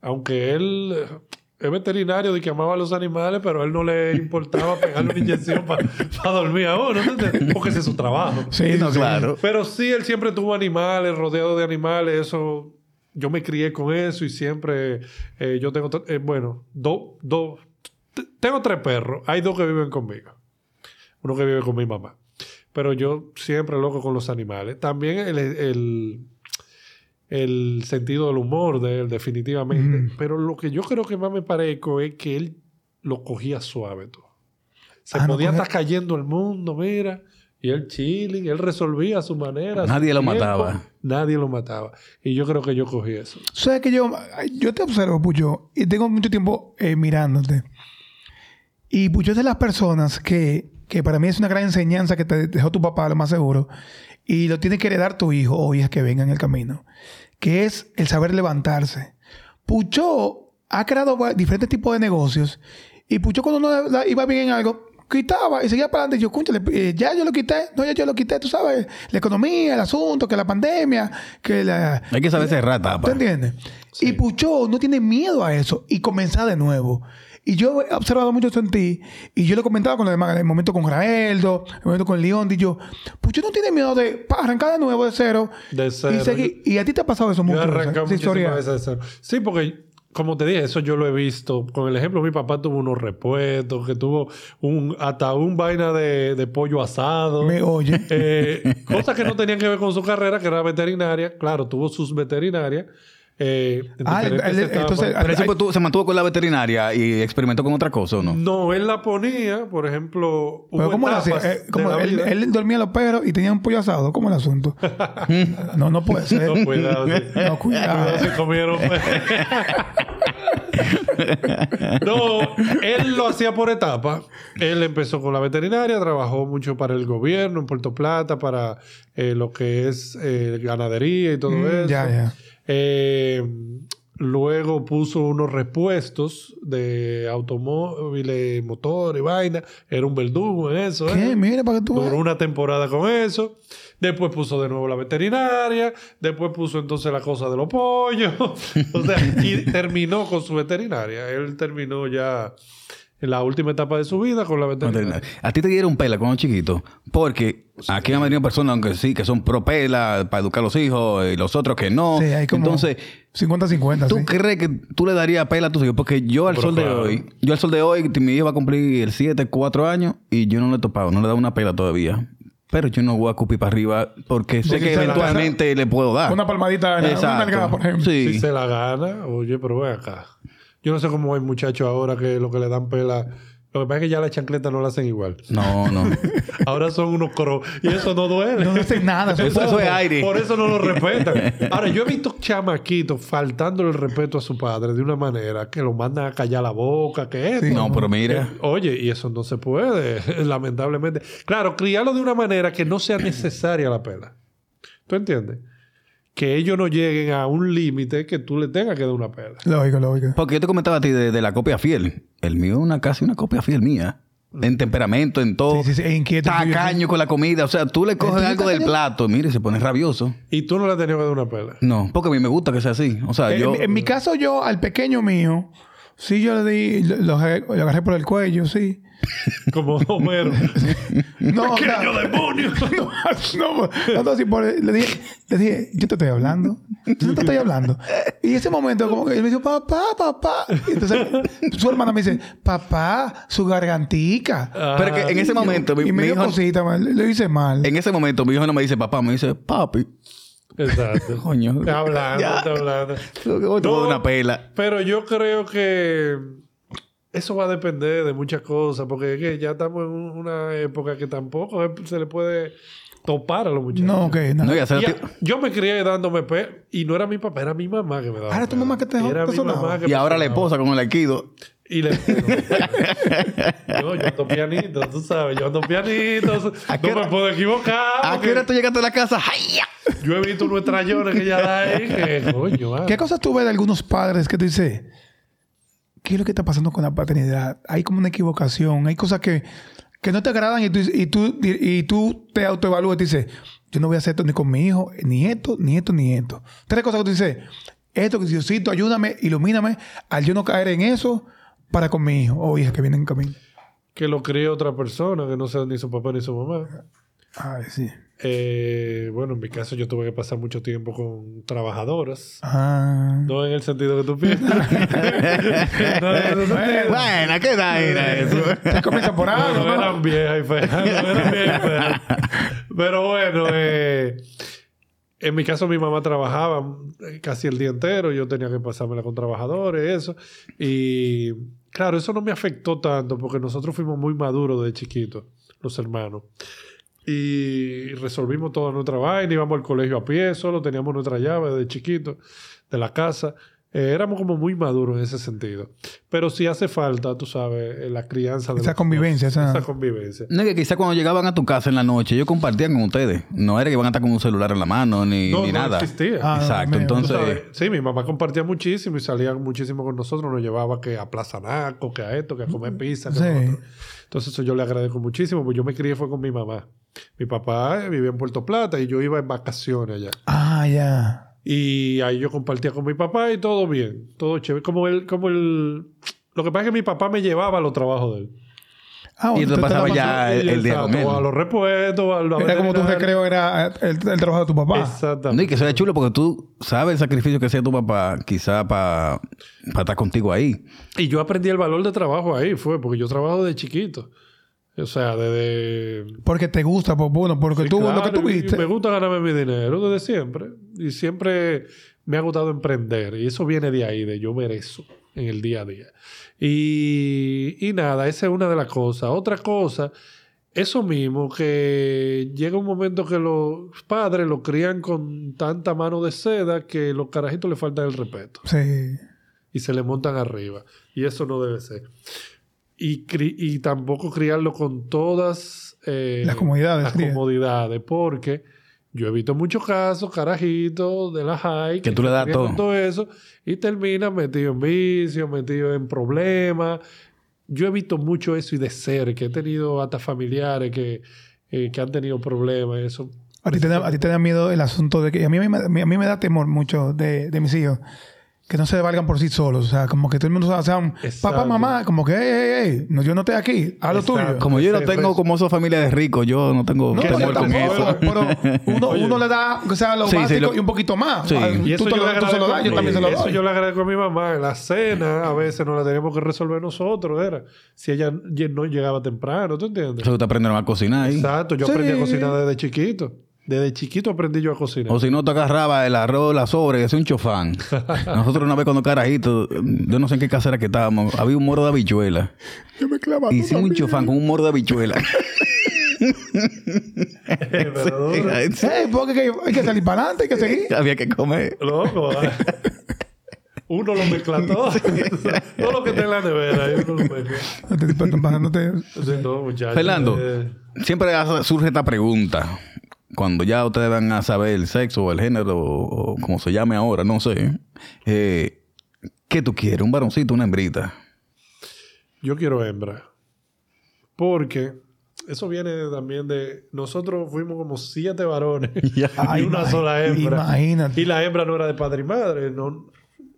Speaker 3: Aunque él eh, es veterinario y que amaba a los animales, pero a él no le importaba pegarle una inyección para dormir a uno, ¿entiendes? porque ese es su trabajo.
Speaker 1: Sí, no, claro.
Speaker 3: Pero sí, él siempre tuvo animales, rodeado de animales, eso. Yo me crié con eso y siempre eh, yo tengo, tre- eh, bueno, dos, dos, t- tengo tres perros. Hay dos que viven conmigo. Uno que vive con mi mamá. Pero yo siempre loco con los animales. También el, el, el sentido del humor de él, definitivamente. Pero lo que yo creo que más me parezco es que él lo cogía suave todo. Se
Speaker 2: Ah, no
Speaker 3: podía
Speaker 2: cogía-
Speaker 3: estar cayendo el mundo, mira. Y él chilling, él resolvía a su manera. a su
Speaker 1: Nadie lo
Speaker 3: tiempo.
Speaker 1: mataba.
Speaker 3: Nadie lo mataba. Y yo creo que yo cogí eso.
Speaker 2: ¿Sabes que yo, yo te observo, Pucho, y tengo mucho tiempo eh, mirándote? Y Pucho es de las personas que, que para mí es una gran enseñanza que te dejó tu papá, lo más seguro, y lo tiene que heredar tu hijo o hijas que vengan en el camino, que es el saber levantarse. Pucho ha creado va- diferentes tipos de negocios y Pucho cuando no la- iba bien en algo, quitaba y seguía para adelante. Y yo, escúchale, eh, ya yo lo quité, no, ya yo lo quité, tú sabes, la economía, el asunto, que la pandemia, que la,
Speaker 1: Hay que saber cerrar
Speaker 3: Ah,
Speaker 2: ¿Tú
Speaker 1: tapa.
Speaker 2: entiendes? Y Pucho no tiene miedo a eso y comenzar de nuevo. Y yo he observado mucho eso en ti y yo lo he comentado con los demás, en el momento con Raeldo, en el momento con León, y yo, Pucho no tiene miedo de pa, arrancar de nuevo de cero.
Speaker 3: De
Speaker 2: Y,
Speaker 3: cero.
Speaker 2: seguir. y a ti te ha pasado eso mucho.
Speaker 3: Yo he
Speaker 2: esa-
Speaker 3: arrancado
Speaker 2: esa
Speaker 3: muchísimas
Speaker 2: historia.
Speaker 3: veces de cero. Sí, porque, como te dije, eso yo lo he visto. Con el ejemplo, mi papá tuvo unos repuestos, que tuvo un, hasta un vaina de, de pollo asado.
Speaker 2: Me oye.
Speaker 3: Eh, cosas que no tenían que ver con su carrera, que era veterinaria. Claro, tuvo sus veterinarias. eh, en
Speaker 2: Ah, el-
Speaker 3: diferentes
Speaker 2: el-
Speaker 3: etapas.
Speaker 2: entonces,
Speaker 1: Pero él siempre tuvo- se mantuvo con la veterinaria y experimentó con otra cosa, ¿o no?
Speaker 3: no, él la ponía, por ejemplo, hubo
Speaker 2: Pero ¿cómo lo hacía?
Speaker 3: etapas
Speaker 2: Eh, como
Speaker 3: de la
Speaker 2: él,
Speaker 3: vida.
Speaker 2: él dormía los perros y tenía un pollo asado. ¿Cómo el asunto? no, no puede ser.
Speaker 3: No, cuidado. sí.
Speaker 2: No, cuidado.
Speaker 3: Cuidado, se comieron. no, él lo hacía por etapas. Él empezó con la veterinaria, trabajó mucho para el gobierno en Puerto Plata, para eh, lo que es eh, ganadería y todo
Speaker 2: Mm,
Speaker 3: eso.
Speaker 2: ya, ya.
Speaker 3: Eh, luego puso unos repuestos de automóviles, motor y vaina. Era un verdugo en eso.
Speaker 2: ¿Qué?
Speaker 3: ¿eh?
Speaker 2: Mira, para que tú
Speaker 3: Duró
Speaker 2: veas.
Speaker 3: una temporada con eso. Después puso de nuevo la veterinaria. Después puso entonces la cosa de los pollos. o sea, y terminó con su veterinaria. Él terminó ya en la última etapa de su vida con la veterinaria.
Speaker 1: Veterinaria. A ti te dieron pela cuando chiquito, porque aquí han venido personas, aunque sí, que son pro pela para educar a los hijos y los otros que no.
Speaker 2: Sí, hay como
Speaker 1: Entonces,
Speaker 2: 50-50.
Speaker 1: ¿tú
Speaker 2: sí.
Speaker 1: crees que tú le darías pela a tus hijos? Porque yo al
Speaker 3: Pero
Speaker 1: sol
Speaker 3: claro.
Speaker 1: de hoy, yo al sol de hoy, mi hijo va a cumplir el 7, 4 años y yo no le he topado, no le he dado una pela todavía. Pero yo no voy a cupir para arriba porque sé
Speaker 2: Porque
Speaker 1: que
Speaker 2: se la-
Speaker 1: eventualmente le puedo dar.
Speaker 2: Una palmadita en la una
Speaker 1: Ah. Exacto.
Speaker 2: nalgada, por ejemplo.
Speaker 1: Sí.
Speaker 3: Si se la gana, oye, pero ven acá. Yo no sé cómo hay muchachos ahora que lo que le dan pela. Lo que pasa es que ya las chancletas no la hacen igual.
Speaker 1: No, no.
Speaker 3: Ahora son unos cro y eso no duele.
Speaker 2: No hacen nada. son
Speaker 1: Eso-
Speaker 2: pobres.
Speaker 1: es aire.
Speaker 3: Por eso no lo respetan. Ahora, yo he visto chamaquitos faltando el respeto a su padre de una manera que lo mandan a callar la boca, que esto.
Speaker 1: no, pero mira.
Speaker 3: Oye, y eso no se puede, lamentablemente. Claro, criarlo de una manera que no sea necesaria la pela. ¿Tú entiendes? Que ellos no lleguen a un límite que tú le tengas que dar una pela.
Speaker 2: Lógico, lógico.
Speaker 1: Porque yo te comentaba a ti de, de la copia fiel. El mío es una, casi una copia fiel mía. En temperamento, en todo.
Speaker 2: Sí, sí, sí, es inquieto.
Speaker 1: Oh. Tacaño con la comida. O sea, tú le coges
Speaker 2: ¿Tú
Speaker 1: algo del plato. Mire, se pone rabioso.
Speaker 3: Y tú no le has tenido que dar una pela.
Speaker 1: No, porque a mí me gusta que sea así. O sea,
Speaker 2: En-
Speaker 1: Ah, yo...
Speaker 2: en, mi caso, yo al pequeño mío, sí yo le di, lo, lo agarré- lo agarré por el cuello, sí.
Speaker 3: Como Homero.
Speaker 2: No, o sea,
Speaker 3: ¡Pequeño demonio!
Speaker 2: no, no, no, no, sí, por- le, dije, le dije, yo te estoy hablando, yo no te estoy hablando. Y ese momento, como que él me dijo, papá, papá. Y entonces su hermana me dice, papá, su gargantica.
Speaker 1: Pero
Speaker 3: Ah,
Speaker 1: que en ese momento, mi,
Speaker 2: Ah, y me
Speaker 1: mi
Speaker 2: dio
Speaker 1: hijo...
Speaker 2: cosita, mal, le hice mal.
Speaker 1: En ese momento, mi hijo no me dice papá. Me dice papi.
Speaker 3: Exacto.
Speaker 1: Coño.
Speaker 3: Está hablando,
Speaker 1: Ya.
Speaker 3: está hablando.
Speaker 1: ¿Cómo te
Speaker 3: No.
Speaker 1: voy a dar una pela?
Speaker 3: Pero yo creo que eso va a depender de muchas cosas, porque es que ya estamos en un- una época que tampoco es- se le puede topar a los muchachos.
Speaker 2: No, ok, no.
Speaker 1: No, y hacer-
Speaker 3: Y a- yo me crié dándome pe y no era mi papá, era mi mamá que me daba.
Speaker 2: Ah, era tu
Speaker 3: pela.
Speaker 2: mamá que te-
Speaker 3: Era
Speaker 2: te
Speaker 3: mi
Speaker 2: sonaba.
Speaker 3: mamá que
Speaker 1: Y
Speaker 3: me
Speaker 1: ahora la
Speaker 3: sonaba.
Speaker 1: esposa con el alquido.
Speaker 3: Y le No, yo ando pianito, tú sabes, yo ando pianito,
Speaker 1: ¿A qué
Speaker 3: no me
Speaker 1: hora-
Speaker 3: puedo equivocar.
Speaker 2: Ah,
Speaker 1: ¿A qué
Speaker 3: porque
Speaker 1: hora tú llegaste a la casa? ¡Ay, ya!
Speaker 3: Yo he visto unos trayones que ya da ahí, que coño, ah.
Speaker 2: ¿Qué cosas tú ves de algunos padres que te dice ¿Qué es lo que está pasando con la paternidad? Hay como una equivocación, hay cosas que, que no te agradan y tú, y tú, y tú te autoevalúas y te dices, yo no voy a hacer esto ni con mi hijo, ni esto, ni esto, ni esto. Tres cosas que tú dices, esto que Diosito, ayúdame, ilumíname, al yo no caer en eso para con mi hijo o hija que viene en camino.
Speaker 3: que lo críe otra persona, que no sea ni su papá ni su mamá.
Speaker 2: Ay, sí.
Speaker 3: Eh, bueno, en mi caso yo tuve que pasar mucho tiempo con trabajadoras.
Speaker 2: Ah.
Speaker 3: No en el sentido que tú piensas. no, en ese sentido.
Speaker 1: Bueno, ¿qué da era eso?
Speaker 2: Te comienza por
Speaker 3: No,
Speaker 2: algo.
Speaker 3: no
Speaker 2: ¿no?
Speaker 3: eran viejas y feas. No eran viejas y feas. Pero bueno, eh, en mi caso mi mamá trabajaba eh, casi el día entero. Yo tenía que pasármela con trabajadores, eso. Y claro, eso no me afectó tanto porque nosotros fuimos muy maduros de chiquitos, los hermanos. Y resolvimos toda nuestra vaina, íbamos al colegio a pie, solo teníamos nuestra llave de chiquito de la casa. Eh, éramos como muy maduros en ese sentido. Pero sí hace falta, tú sabes, eh, la crianza de
Speaker 2: Esa
Speaker 3: los-
Speaker 2: convivencia, esa-
Speaker 3: esa convivencia.
Speaker 1: No, que quizás cuando llegaban a tu casa en la noche, ellos compartían con ustedes. No era que iban a estar con un celular en la mano ni,
Speaker 3: no,
Speaker 1: ni
Speaker 3: no
Speaker 1: nada.
Speaker 3: existía.
Speaker 2: Ah,
Speaker 1: Exacto,
Speaker 2: mira.
Speaker 3: Tú sabes,
Speaker 1: entonces.
Speaker 3: sí, mi mamá compartía muchísimo y salía muchísimo con nosotros. Nos llevaba que a Plaza Naco, que a esto, que a comer pizza. que
Speaker 2: Mm, Sí.
Speaker 3: a lo otro. Entonces eso yo le agradezco muchísimo, porque yo me crié fue con mi mamá. Mi papá eh, vivía en Puerto Plata y yo iba en vacaciones allá.
Speaker 2: Ah, ya.
Speaker 3: Y ahí yo compartía con mi papá y todo bien, todo chévere. Como el, como el... Lo que pasa es que mi papá me llevaba a los trabajos de él.
Speaker 2: Ah,
Speaker 1: Y tú
Speaker 2: bueno, te- te la
Speaker 1: pasabas
Speaker 2: pasabas-
Speaker 1: ya el, el día
Speaker 3: Exacto,
Speaker 1: con él.
Speaker 3: A los repuestos, a la
Speaker 2: Era como tu
Speaker 3: veterinaria.
Speaker 2: recreo, era el, el trabajo de tu papá.
Speaker 1: No, y
Speaker 3: Exactamente.
Speaker 1: que sea chulo porque tú sabes el sacrificio que hacía tu papá, quizá para estar contigo ahí.
Speaker 3: Y yo aprendí el valor de trabajo ahí, fue, porque yo trabajo de chiquito. O sea, desde...
Speaker 2: Porque te gusta, pues bueno, porque tú
Speaker 3: Claro,
Speaker 2: lo que
Speaker 3: y- y
Speaker 2: tuviste.
Speaker 3: Me gusta ganarme mi dinero desde siempre. Y siempre me ha gustado emprender. Y eso viene de ahí, de yo ver eso en el día a día. Y, y nada, esa es una de las cosas. Otra cosa, eso mismo, que llega un momento que los padres lo crían con tanta mano de seda que los carajitos le faltan el respeto
Speaker 2: Sí.
Speaker 3: Eh, y se le montan arriba. Y eso no debe ser. Y, cri- y tampoco criarlo con todas eh,
Speaker 2: Las comodidades,
Speaker 3: las
Speaker 2: cría.
Speaker 3: comodidades, porque yo he visto muchos casos, carajitos, de la high,
Speaker 1: Que tú le das
Speaker 3: están
Speaker 1: todo.
Speaker 3: viendo todo eso, y termina metido en vicio, metido en problemas. Yo he visto mucho eso y de cerca. He tenido hasta familiares que, eh, que han tenido problemas. Eso
Speaker 2: A ti, te da, a ti te da miedo el asunto de que... A mí, me- a mí me da temor mucho de, de mis hijos. Que no se valgan por sí solos. O sea, como que todo el mundo... O sea, un papá,
Speaker 3: Exacto.
Speaker 2: mamá, como que... "Ey, ey, ey, no, yo no estoy aquí. Haz lo tuyo.
Speaker 3: Exacto.
Speaker 1: Como yo no
Speaker 3: Sí,
Speaker 1: tengo
Speaker 3: pues.
Speaker 1: como esa familia de ricos, yo no tengo
Speaker 2: No,
Speaker 3: Que
Speaker 1: temor
Speaker 2: pero
Speaker 1: con
Speaker 2: tampoco,
Speaker 1: eso.
Speaker 2: pero uno,
Speaker 3: Oye.
Speaker 2: uno le da o sea, lo
Speaker 1: Sí, sí,
Speaker 2: básico
Speaker 1: lo-
Speaker 2: y un poquito más.
Speaker 1: Sí.
Speaker 2: Ah,
Speaker 3: Y eso,
Speaker 2: tú, te
Speaker 3: yo,
Speaker 2: lo,
Speaker 3: le
Speaker 2: tú se lo das, yo
Speaker 3: agradezco-
Speaker 2: también se lo
Speaker 3: eso
Speaker 2: doy.
Speaker 3: yo le agradezco a mi mamá. En la cena a veces no la teníamos que resolver nosotros, era. Si ella ye- no llegaba temprano, ¿tú entiendes?
Speaker 1: Eso te aprenden a cocinar ahí.
Speaker 3: Exacto, yo
Speaker 2: Sí.
Speaker 3: aprendí a cocinar desde chiquito. Desde chiquito aprendí yo a cocinar.
Speaker 1: O si no, te agarraba el arroz, la sobre, es un chofán. Nosotros una vez cuando carajito, yo no sé en qué casera que estábamos, había un moro de habichuela.
Speaker 2: Yo me clavo. tú
Speaker 1: Hicimos un
Speaker 2: también.
Speaker 1: chofán con un moro de habichuela.
Speaker 3: Pero,
Speaker 2: Eh, porque hay que, hay que salir para adelante, hay que seguir.
Speaker 1: había que comer.
Speaker 3: Loco, ah. uno lo mezcla todo. todo lo que está en la nevera, uno lo mezcla.
Speaker 2: No te- no te- no te-
Speaker 3: Sí, no, muchacho,
Speaker 1: Fernando,
Speaker 3: eh,
Speaker 1: siempre hace- surge esta pregunta. Cuando ya ustedes van a saber el sexo o el género o, o como se llame ahora, no sé. eh, ¿Qué tú quieres? ¿Un varoncito o una hembrita?
Speaker 3: Yo quiero hembra. Porque eso viene también de. Nosotros fuimos como siete varones
Speaker 2: Ay,
Speaker 3: y una
Speaker 2: ima-
Speaker 3: sola hembra.
Speaker 2: imagínate.
Speaker 3: Y la hembra no era de padre y madre. no-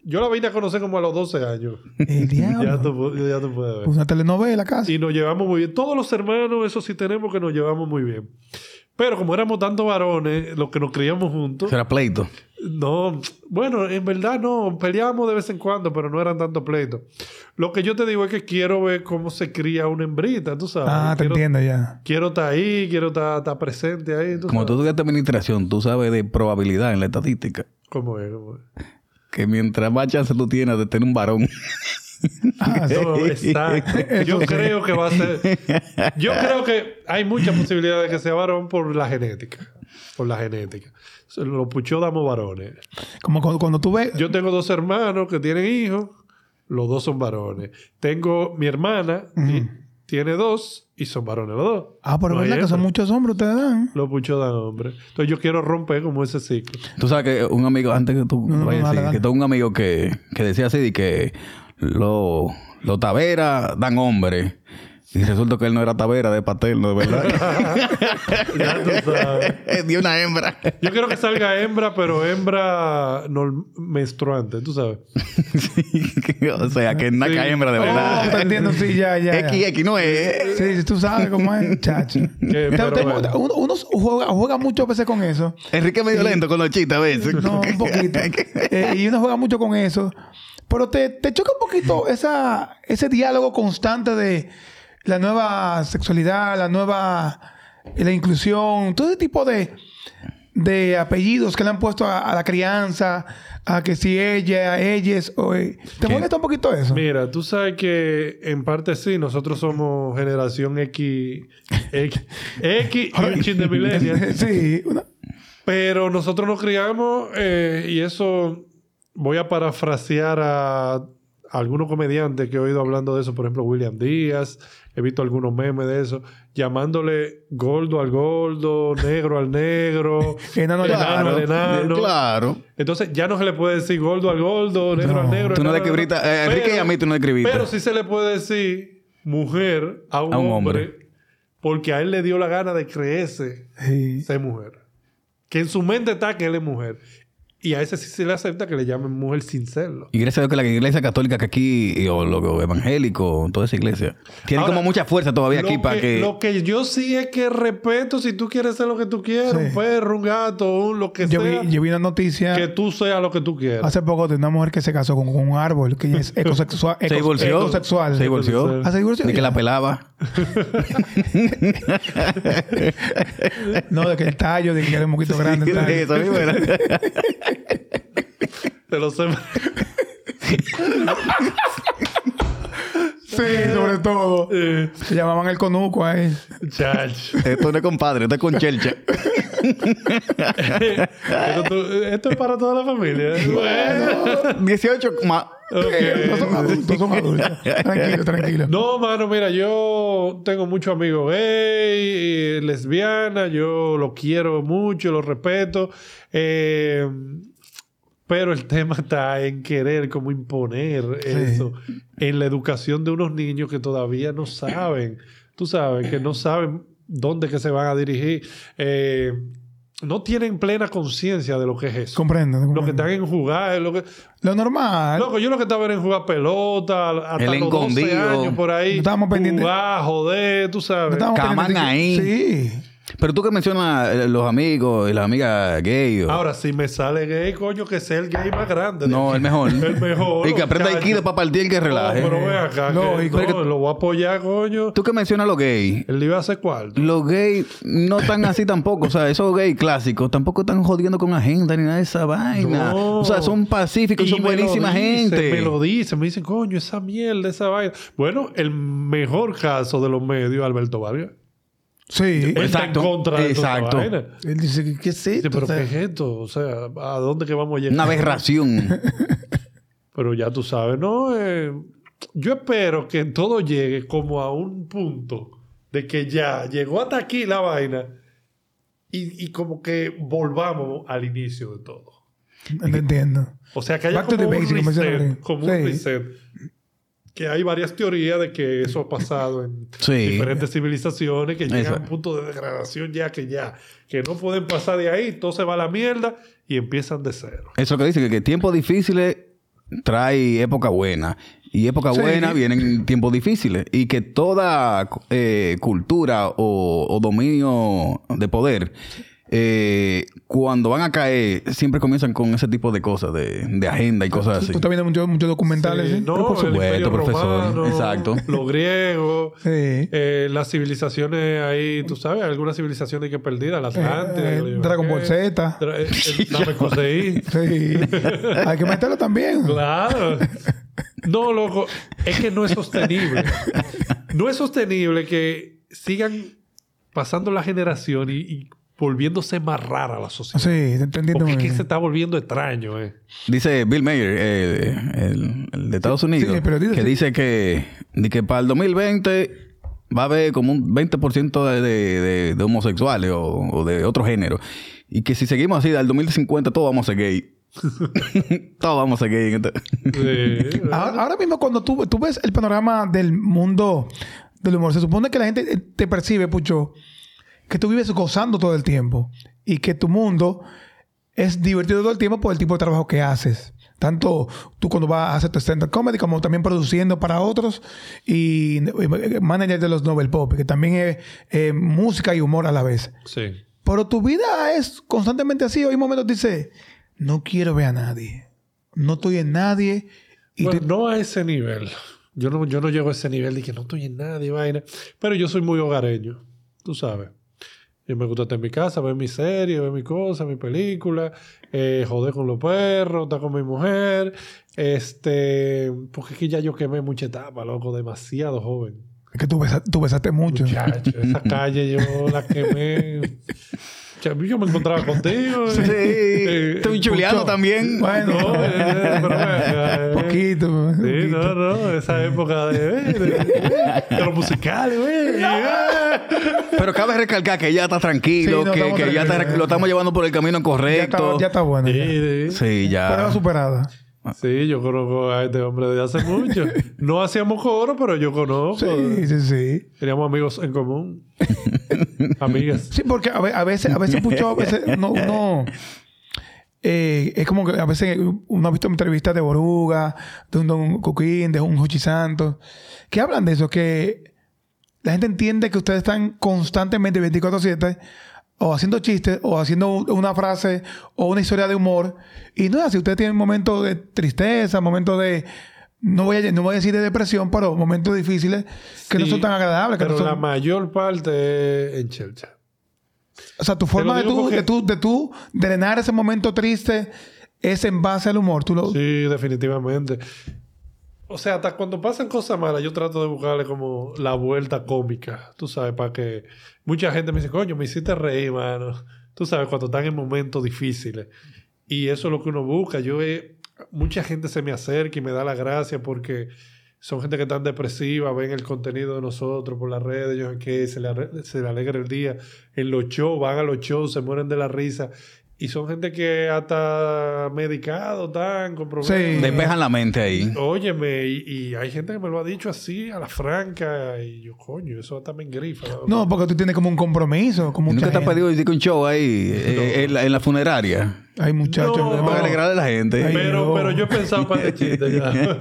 Speaker 3: yo la vine a conocer como a los 12 años.
Speaker 2: El
Speaker 3: Ya
Speaker 2: diablo.
Speaker 3: tú, pu- ya tú puedes ver.
Speaker 2: eh, Una telenovela casi.
Speaker 3: Y nos llevamos muy bien. Todos los hermanos, eso sí tenemos que nos llevamos muy bien. Pero como éramos tantos varones, los que nos criamos juntos,
Speaker 1: Será pleito.
Speaker 3: no, bueno, en verdad no, peleábamos de vez en cuando, pero no eran tanto pleitos. Lo que yo te digo es que quiero ver cómo se cría una hembrita, tú sabes.
Speaker 2: Ah, te
Speaker 3: quiero,
Speaker 2: entiendo ya.
Speaker 3: Quiero estar ahí, quiero estar, estar presente ahí. ¿tú
Speaker 1: Como tú
Speaker 3: sabes?
Speaker 1: estudiaste administración, tú sabes de probabilidad en la estadística.
Speaker 3: ¿Cómo es? ¿Cómo es?
Speaker 1: Que mientras más chance tú tienes de tener un varón.
Speaker 2: Ah, sí.
Speaker 3: No, exacto. Yo creo que va a ser. Yo creo que hay mucha posibilidad de que sea varón por la genética. Por la genética. Se Los puchos damos varones.
Speaker 2: Como cuando, cuando tú ves.
Speaker 3: Yo tengo dos hermanos que tienen hijos. Los dos son varones. Tengo mi hermana, y tiene dos y son varones los dos.
Speaker 2: ah, pero
Speaker 3: No hay
Speaker 2: verdad que son
Speaker 3: hembra.
Speaker 2: muchos hombres ustedes dan.
Speaker 3: Los puchos dan hombre. Entonces yo quiero romper como ese ciclo.
Speaker 1: Tú sabes que un amigo, antes que tú
Speaker 2: No, no,
Speaker 1: vayas a
Speaker 2: dale,
Speaker 1: decir,
Speaker 2: dale.
Speaker 1: que tengo un amigo que, que decía así, de que los lo taveras dan hombre. Y resulta que él no era tavera de paterno, de verdad.
Speaker 3: Ya tú sabes.
Speaker 1: de una hembra.
Speaker 3: Yo quiero que salga hembra, pero hembra norm- menstruante, tú sabes.
Speaker 1: Sí, o sea, que es una
Speaker 3: Sí.
Speaker 1: hembra de
Speaker 2: Oh, te
Speaker 1: verdad.
Speaker 2: entiendo, sí, ya, ya. ya.
Speaker 1: XX no es.
Speaker 2: Sí, sí, tú sabes cómo es, chacho.
Speaker 3: Que,
Speaker 2: Te-
Speaker 3: pero
Speaker 2: te-
Speaker 3: bueno.
Speaker 2: uno, uno juega, juega muchas veces con eso.
Speaker 1: Enrique es medio lento con los chistes a veces.
Speaker 2: No, un poquito. Eh, y uno juega mucho con eso. Pero te, te choca un poquito esa, ese diálogo constante de la nueva sexualidad, la nueva eh, la inclusión, todo ese tipo de, de apellidos que le han puesto a, a la crianza, a que si ella, ellas, o, eh, ¿te
Speaker 1: ¿Qué?
Speaker 2: molesta un poquito eso?
Speaker 3: Mira, tú sabes que en parte sí, nosotros somos generación X, X, X y un chin de millennials,
Speaker 2: sí, una-
Speaker 3: pero nosotros nos criamos eh, y eso voy a parafrasear a, a algunos comediantes que he oído hablando de eso, por ejemplo William Díaz, he visto algunos memes de eso, llamándole gordo al gordo, negro al negro,
Speaker 2: Enano al enano.
Speaker 3: enano al enano.
Speaker 1: Claro.
Speaker 3: Entonces ya no se le puede decir gordo al gordo, negro
Speaker 2: No.
Speaker 3: al negro.
Speaker 1: Tú no
Speaker 3: enano
Speaker 1: le
Speaker 3: al
Speaker 1: escribiste-
Speaker 3: enano.
Speaker 1: eh, Enrique y a mí tú no le escribiste.
Speaker 3: Pero sí se le puede decir mujer a un,
Speaker 1: A un
Speaker 3: hombre,
Speaker 1: hombre.
Speaker 3: porque a él le dio la gana de creerse
Speaker 2: sí.
Speaker 3: ser mujer. Que en su mente está que él es mujer. Y a ese sí se le acepta que le llamen mujer sin serlo.
Speaker 1: Y gracias a Dios que la iglesia católica que aquí, y- o lo evangélico, toda esa iglesia, tiene
Speaker 3: Ahora,
Speaker 1: como mucha fuerza todavía
Speaker 3: Lo
Speaker 1: aquí para que...
Speaker 3: Lo que yo sí es que respeto si tú quieres ser lo que tú quieras,
Speaker 2: Sí.
Speaker 3: un perro, un gato, un lo que
Speaker 2: Yo
Speaker 3: sea.
Speaker 2: vi, yo vi una noticia.
Speaker 3: que tú seas lo que tú quieras.
Speaker 2: Hace poco de una mujer que se casó con con un árbol que ella es ecosexual.
Speaker 1: se
Speaker 2: eco-
Speaker 1: divorció.
Speaker 2: ecosexual.
Speaker 1: Se divorció.
Speaker 2: Ah, se divorció.
Speaker 1: De que la pelaba.
Speaker 2: No, de que el tallo, de que era un poquito grande. el tallo.
Speaker 1: Eso mismo era.
Speaker 3: de los sembradores.
Speaker 2: Sí, sobre todo. Se llamaban el conuco a él.
Speaker 3: Chach.
Speaker 1: Esto no es compadre, esto es con chelcha.
Speaker 3: Esto, tú- esto es para toda la familia. Bueno.
Speaker 1: 18 más. Eh,
Speaker 2: No son adultos, son adultos. Tranquilo, tranquilo.
Speaker 3: No, mano, mira, yo tengo muchos amigos gay, eh, lesbiana, yo lo quiero mucho, lo respeto. eh, pero el tema está en querer como imponer eso en la educación de unos niños que todavía no saben, tú sabes, que no saben dónde que se van a dirigir. eh, no tienen plena conciencia de lo que es eso.
Speaker 2: Comprendo. comprendo.
Speaker 3: Lo que están en jugar, lo que...
Speaker 2: Lo normal.
Speaker 3: Loco, yo lo que estaba era en jugar pelota, hasta
Speaker 1: El
Speaker 3: los 12
Speaker 1: encondido.
Speaker 3: años por ahí.
Speaker 2: No estábamos pendientes.
Speaker 3: Jugar, joder, tú sabes.
Speaker 2: Estamos
Speaker 1: Caman
Speaker 2: pendientes
Speaker 1: ahí.
Speaker 2: que- Sí.
Speaker 1: Pero tú que mencionas eh, los amigos y las amigas gay. o-
Speaker 3: Ahora, si me sale gay, coño, que sea el gay más grande.
Speaker 1: no, el mejor.
Speaker 3: El mejor.
Speaker 1: Y que aprenda
Speaker 3: muchacho.
Speaker 1: Aikido para partir el que relaje.
Speaker 3: No, pero ve acá.
Speaker 2: Lógico.
Speaker 3: que, no, lo voy a apoyar, coño.
Speaker 1: Tú que mencionas los gays.
Speaker 3: Él iba a hacer cuarto.
Speaker 1: Los gays no están así tampoco. O sea, esos gays clásicos tampoco están jodiendo con la gente ni nada de esa vaina.
Speaker 3: No.
Speaker 1: O sea, son pacíficos,
Speaker 3: Y
Speaker 1: son
Speaker 3: me lo
Speaker 1: buenísima
Speaker 3: dicen,
Speaker 1: gente.
Speaker 3: Me lo dicen, me dicen, coño, esa mierda, esa vaina. Bueno, el mejor caso de los medios, Alberto Vargas.
Speaker 2: Sí.
Speaker 3: Él está en
Speaker 1: Exacto,
Speaker 3: contra de toda esa
Speaker 1: exacto.
Speaker 3: vaina.
Speaker 2: Él dice, ¿qué es esto?
Speaker 3: Dice, pero
Speaker 2: O sea,
Speaker 3: ¿qué es esto? O sea, ¿a dónde que vamos a llegar?
Speaker 1: Una aberración.
Speaker 3: Pero ya tú sabes, ¿no? Eh, yo espero que todo llegue como a un punto de que ya llegó hasta aquí la vaina y, y como que volvamos al inicio de todo.
Speaker 2: No te entiendo.
Speaker 3: O sea, que haya
Speaker 2: Back to
Speaker 3: como,
Speaker 2: the
Speaker 3: un
Speaker 2: basics, como dicen
Speaker 3: reset,
Speaker 2: ahorita.
Speaker 3: como
Speaker 2: Sí.
Speaker 3: un reset. Que hay varias teorías de que eso ha pasado en
Speaker 1: Sí.
Speaker 3: diferentes civilizaciones, que llegan a un
Speaker 1: Eso.
Speaker 3: punto de degradación ya que ya, que no pueden pasar de ahí, todo se va a la mierda y empiezan de cero.
Speaker 1: Eso que dice que, que tiempos difíciles trae época buena. Y época
Speaker 2: Sí.
Speaker 1: buena vienen tiempos difíciles. Y que toda eh, cultura o, o dominio de poder, eh, cuando van a caer, siempre comienzan con ese tipo de cosas, de, de agenda y cosas
Speaker 2: Tú
Speaker 1: así.
Speaker 2: estás viendo muchos muchos documentales.
Speaker 3: Sí,
Speaker 2: ¿eh?
Speaker 3: no,
Speaker 2: Pero por
Speaker 3: el
Speaker 2: supuesto.
Speaker 1: supuesto,
Speaker 3: Imperio
Speaker 1: profesor.
Speaker 3: Romano,
Speaker 1: Exacto.
Speaker 3: Los griegos,
Speaker 2: Sí.
Speaker 3: eh, las civilizaciones ahí, tú sabes, algunas civilizaciones que perdidas, las Atlántida.
Speaker 2: Eh,
Speaker 3: yo digo,
Speaker 2: Dragon
Speaker 3: ¿qué?
Speaker 2: Ball Z.
Speaker 3: Dra- eh, eh, Dame Kusei.
Speaker 2: Sí. Hay que meterlo también.
Speaker 3: Claro. No, loco, es que no es sostenible. No es sostenible que sigan pasando la generación y, y volviéndose más rara la sociedad.
Speaker 2: Sí, te entiendo
Speaker 3: Porque
Speaker 2: muy
Speaker 3: es que
Speaker 2: bien.
Speaker 3: se está volviendo extraño, eh.
Speaker 1: Dice Bill Mayer, eh, el, el de Estados Unidos,
Speaker 2: sí, pero dice-
Speaker 1: que dice que, de que para el 2020 va a haber como un 20% de, de, de- de homosexuales o, o de otro género. Y que si seguimos así, al 2050 todos vamos a ser gay. todos vamos a ser gay. en este-
Speaker 3: Sí.
Speaker 2: Ahora, ahora mismo cuando tú, tú ves el panorama del mundo del humor, se supone que la gente eh, te percibe, Pucho, que tú vives gozando todo el tiempo y que tu mundo es divertido todo el tiempo por el tipo de trabajo que haces. Tanto tú cuando vas a hacer tu stand-up comedy como también produciendo para otros y eh, manager de los Nobel Pop, que también es eh, música y humor a la vez.
Speaker 3: Sí.
Speaker 2: Pero tu vida es constantemente así. Hoy momentos dice, no quiero ver a nadie. No estoy en nadie. Y
Speaker 3: Bueno,
Speaker 2: tú-
Speaker 3: no a ese nivel. Yo no, yo no llego a ese nivel de que no estoy en nadie, vaina. Pero yo soy muy hogareño, tú sabes. Yo me gusta estar en mi casa, ver mi serie, ver mi cosa, mi película, eh, joder con los perros, estar con mi mujer. Este, porque es que ya yo quemé mucha etapa, loco, demasiado joven.
Speaker 2: Es que tú, besa- tú besaste mucho.
Speaker 3: Muchacho, esa calle yo la quemé. Cha- Yo me encontraba contigo. eh. Eh,
Speaker 1: Estoy chuleando
Speaker 2: Pucho.
Speaker 1: también.
Speaker 2: Bueno,
Speaker 3: no, eh, eh, pero, eh, eh.
Speaker 2: poquito.
Speaker 3: Sí,
Speaker 2: poquito.
Speaker 3: no, no,
Speaker 2: Eh.
Speaker 3: esa época de, eh, de, de- de los musicales, güey. eh.
Speaker 1: Pero cabe recalcar que ya está tranquilo,
Speaker 2: Sí, no,
Speaker 1: que,
Speaker 2: estamos
Speaker 1: que ya está-
Speaker 2: tranquilos.
Speaker 1: lo estamos llevando por el camino
Speaker 2: Ya está,
Speaker 1: correcto.
Speaker 2: ya está bueno. ya.
Speaker 3: Sí, sí.
Speaker 1: Sí,
Speaker 2: Prueba
Speaker 1: ya.
Speaker 2: superada.
Speaker 3: Sí, yo conozco a este hombre desde hace mucho. No hacíamos coro, pero yo conozco.
Speaker 2: Sí, sí, sí.
Speaker 3: Teníamos amigos en común. Amigas.
Speaker 2: Pues, Sí, porque a, ve- a veces, a veces, Pucho, a veces no, no. eh, es como que a veces uno ha visto entrevistas de Boruga, de un Don Coquín, de un Jochi Santos, que hablan de eso, que la gente entiende que ustedes están constantemente 24-7 o haciendo chistes o haciendo un- una frase o una historia de humor. Y no es así, ustedes tienen momentos de tristeza, momentos de. No voy, a, no voy a decir de depresión, pero momentos difíciles que no
Speaker 3: Sí,
Speaker 2: son tan agradables. Que
Speaker 3: Pero
Speaker 2: no son...
Speaker 3: la mayor parte es en Chelcha.
Speaker 2: O sea, tu forma
Speaker 3: lo
Speaker 2: de
Speaker 3: digo
Speaker 2: tú,
Speaker 3: porque-
Speaker 2: de tú, de tú drenar ese momento triste es en base al humor. Tú lo...
Speaker 3: Sí, definitivamente. O sea, hasta cuando pasan cosas malas, yo trato de buscarle como la vuelta cómica, tú sabes, para que mucha gente me dice, coño, me hiciste reír, mano. Tú sabes, cuando están en momentos difíciles. Y eso es lo que uno busca. Yo he- mucha gente se me acerca y me da la gracia porque son gente que están depresiva, ven el contenido de nosotros por las redes, yo que se le, arre- se le alegra el día, en los shows, van a los shows, se mueren de la risa. Y son gente que hasta medicado, tan con problemas.
Speaker 2: Sí.
Speaker 1: Despejan la mente ahí.
Speaker 3: Óyeme, y, y hay gente que me lo ha dicho así, a la franca, y yo, coño, eso hasta me engrifa.
Speaker 2: No, porque tú tienes como un compromiso. Como
Speaker 1: Nunca te has pedido decir que un show ahí eh, en, la, en la funeraria.
Speaker 2: Hay muchachos.
Speaker 3: No,
Speaker 2: no.
Speaker 1: Para alegrar a la gente.
Speaker 2: Ay,
Speaker 3: pero,
Speaker 2: no.
Speaker 3: pero yo he pensado para el chiste. ya.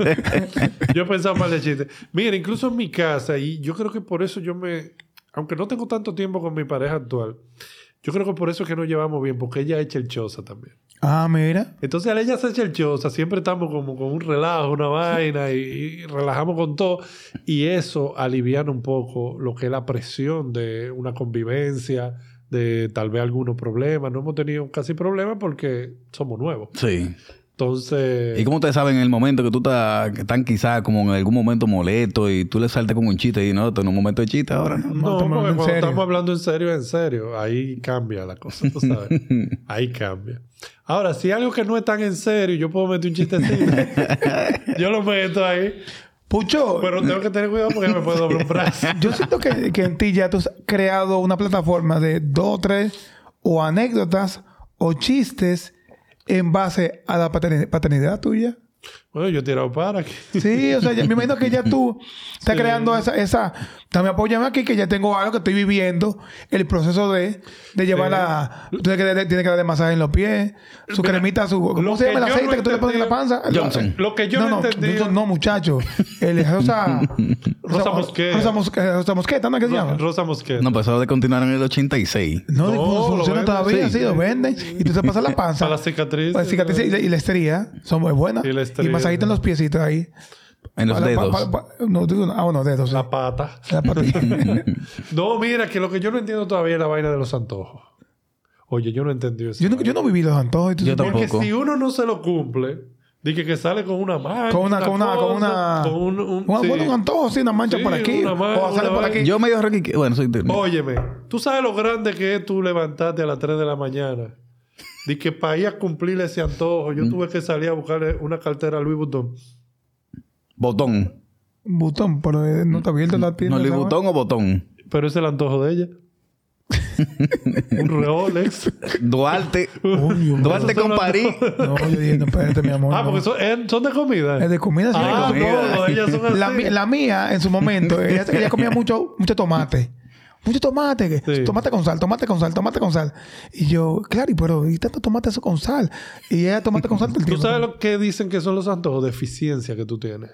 Speaker 3: yo he pensado para el chiste. Mira, incluso en mi casa, y yo creo que por eso yo me. Aunque no tengo tanto tiempo con mi pareja actual, yo creo que por eso es que nos llevamos bien, porque ella echa el choza también.
Speaker 2: Ah, mira.
Speaker 3: Entonces, al ella se echa el choza, siempre estamos como con un relajo, una vaina, y, y relajamos con todo. Y eso aliviana un poco lo que es la presión de una convivencia, de tal vez algunos problemas. No hemos tenido casi problemas porque somos nuevos.
Speaker 1: Sí.
Speaker 3: Entonces.
Speaker 1: ¿Y cómo ustedes saben en el momento que tú estás, que están quizás como en algún momento molesto y tú le saltas con un chiste y no, esto no es un momento de chiste ahora? ¿no?
Speaker 3: No,
Speaker 2: Estamos
Speaker 3: porque
Speaker 2: hablando en
Speaker 3: cuando
Speaker 2: serio.
Speaker 3: estamos hablando en serio, en serio. Ahí cambia la cosa, tú sabes. ahí cambia. Ahora, si algo que no es tan en serio, yo puedo meter un chistecito. yo lo meto ahí.
Speaker 2: Pucho,
Speaker 3: Pero tengo que tener cuidado porque me puede doblar un brazo.
Speaker 2: yo siento que, que en ti ya tú has creado una plataforma de dos o tres o anécdotas o chistes en base a la paterne- paternidad tuya.
Speaker 3: Bueno, yo he tirado para aquí.
Speaker 2: Sí, o sea, ya- me imagino que ya tú estás creando esa, esa... También apóyame aquí que ya tengo algo que estoy viviendo. El proceso de, de llevar
Speaker 3: Sí.
Speaker 2: la... Tú tienes que, darle- tienes que darle masaje en los pies. Su
Speaker 3: Mira,
Speaker 2: cremita, su...
Speaker 3: lo
Speaker 2: ¿Cómo se
Speaker 3: que
Speaker 2: llama el
Speaker 3: yo
Speaker 2: aceite
Speaker 3: no
Speaker 2: que tú le pones en la
Speaker 3: entendí-
Speaker 2: panza? La-
Speaker 1: Johnson.
Speaker 3: Lo que yo
Speaker 2: no,
Speaker 3: no,
Speaker 2: no,
Speaker 3: entendí.
Speaker 2: Johnson no, muchacho. El Rosa...
Speaker 3: Rosa Mosqueta.
Speaker 2: Rosa, Mosqueta, Rosa Mosqueta, ¿no? ¿Qué se llama?
Speaker 3: Rosa Mosqueta.
Speaker 1: No, pasó de continuar en el 86.
Speaker 2: No,
Speaker 3: No,
Speaker 2: digo,
Speaker 3: lo
Speaker 2: funciona
Speaker 3: venden,
Speaker 2: todavía,
Speaker 1: sí.
Speaker 2: sí. lo venden. Y tú te pasas la panza.
Speaker 3: Para la cicatriz.
Speaker 2: Para la cicatriz y la, y la estería. Son muy buenas.
Speaker 3: Y
Speaker 2: Y,
Speaker 3: la estería,
Speaker 2: masajito en
Speaker 3: sí.
Speaker 2: los piecitos ahí.
Speaker 1: En los
Speaker 2: Pa- pa-
Speaker 1: dedos.
Speaker 2: pa- pa- no, digo, ah, bueno, dedos. sí.
Speaker 3: La pata.
Speaker 2: La patilla.
Speaker 3: No, mira, que lo que yo no entiendo todavía es la vaina de los antojos. Oye, yo no entendí eso.
Speaker 2: Yo no, yo no viví los antojos.
Speaker 1: Yo
Speaker 2: entonces-
Speaker 1: tampoco.
Speaker 3: Porque si uno no se lo cumple, dije que sale con una mancha.
Speaker 2: Con una, con una, con una.
Speaker 3: cosa, Con un. un-
Speaker 2: un-
Speaker 3: sí.
Speaker 2: bueno, un antojo, sí, una mancha
Speaker 3: Sí,
Speaker 2: por aquí.
Speaker 3: una mancha,
Speaker 2: o sale
Speaker 3: una
Speaker 2: por aquí.
Speaker 1: Yo medio requique. Bueno, soy de-
Speaker 3: Óyeme, tú sabes lo grande que es tú levantarte a las 3 de la mañana. Dije que para ir a cumplir ese antojo,
Speaker 1: Mm.
Speaker 3: yo tuve que salir a buscarle una cartera a Louis Vuitton.
Speaker 1: Botón.
Speaker 2: Botón, pero eh, no está abierto la tienda.
Speaker 1: ¿No le
Speaker 2: esa vaina.
Speaker 1: botón o botón?
Speaker 3: Pero es el antojo de ella. un Rolex.
Speaker 1: Duarte.
Speaker 2: Uy, Dios mío.
Speaker 1: Duarte con París.
Speaker 2: No, yo dije, no, espérate, mi amor.
Speaker 3: Ah,
Speaker 2: no.
Speaker 3: porque son, eh, son de comida.
Speaker 2: Es de comida, sí.
Speaker 3: Ah,
Speaker 1: de comida.
Speaker 3: no, no, ellas son así.
Speaker 2: La, mi- la mía, en su momento, ella, ella comía mucho, mucho tomate. Mucho tomate. que-
Speaker 3: Sí.
Speaker 2: Tomate con sal, tomate con sal, tomate con sal. Y yo, claro, y pero ¿y tanto tomate eso con sal? Y ella tomate con sal todo el
Speaker 3: Tú
Speaker 2: tiempo.
Speaker 3: sabes lo que dicen que son los antojos, deficiencia que tú tienes.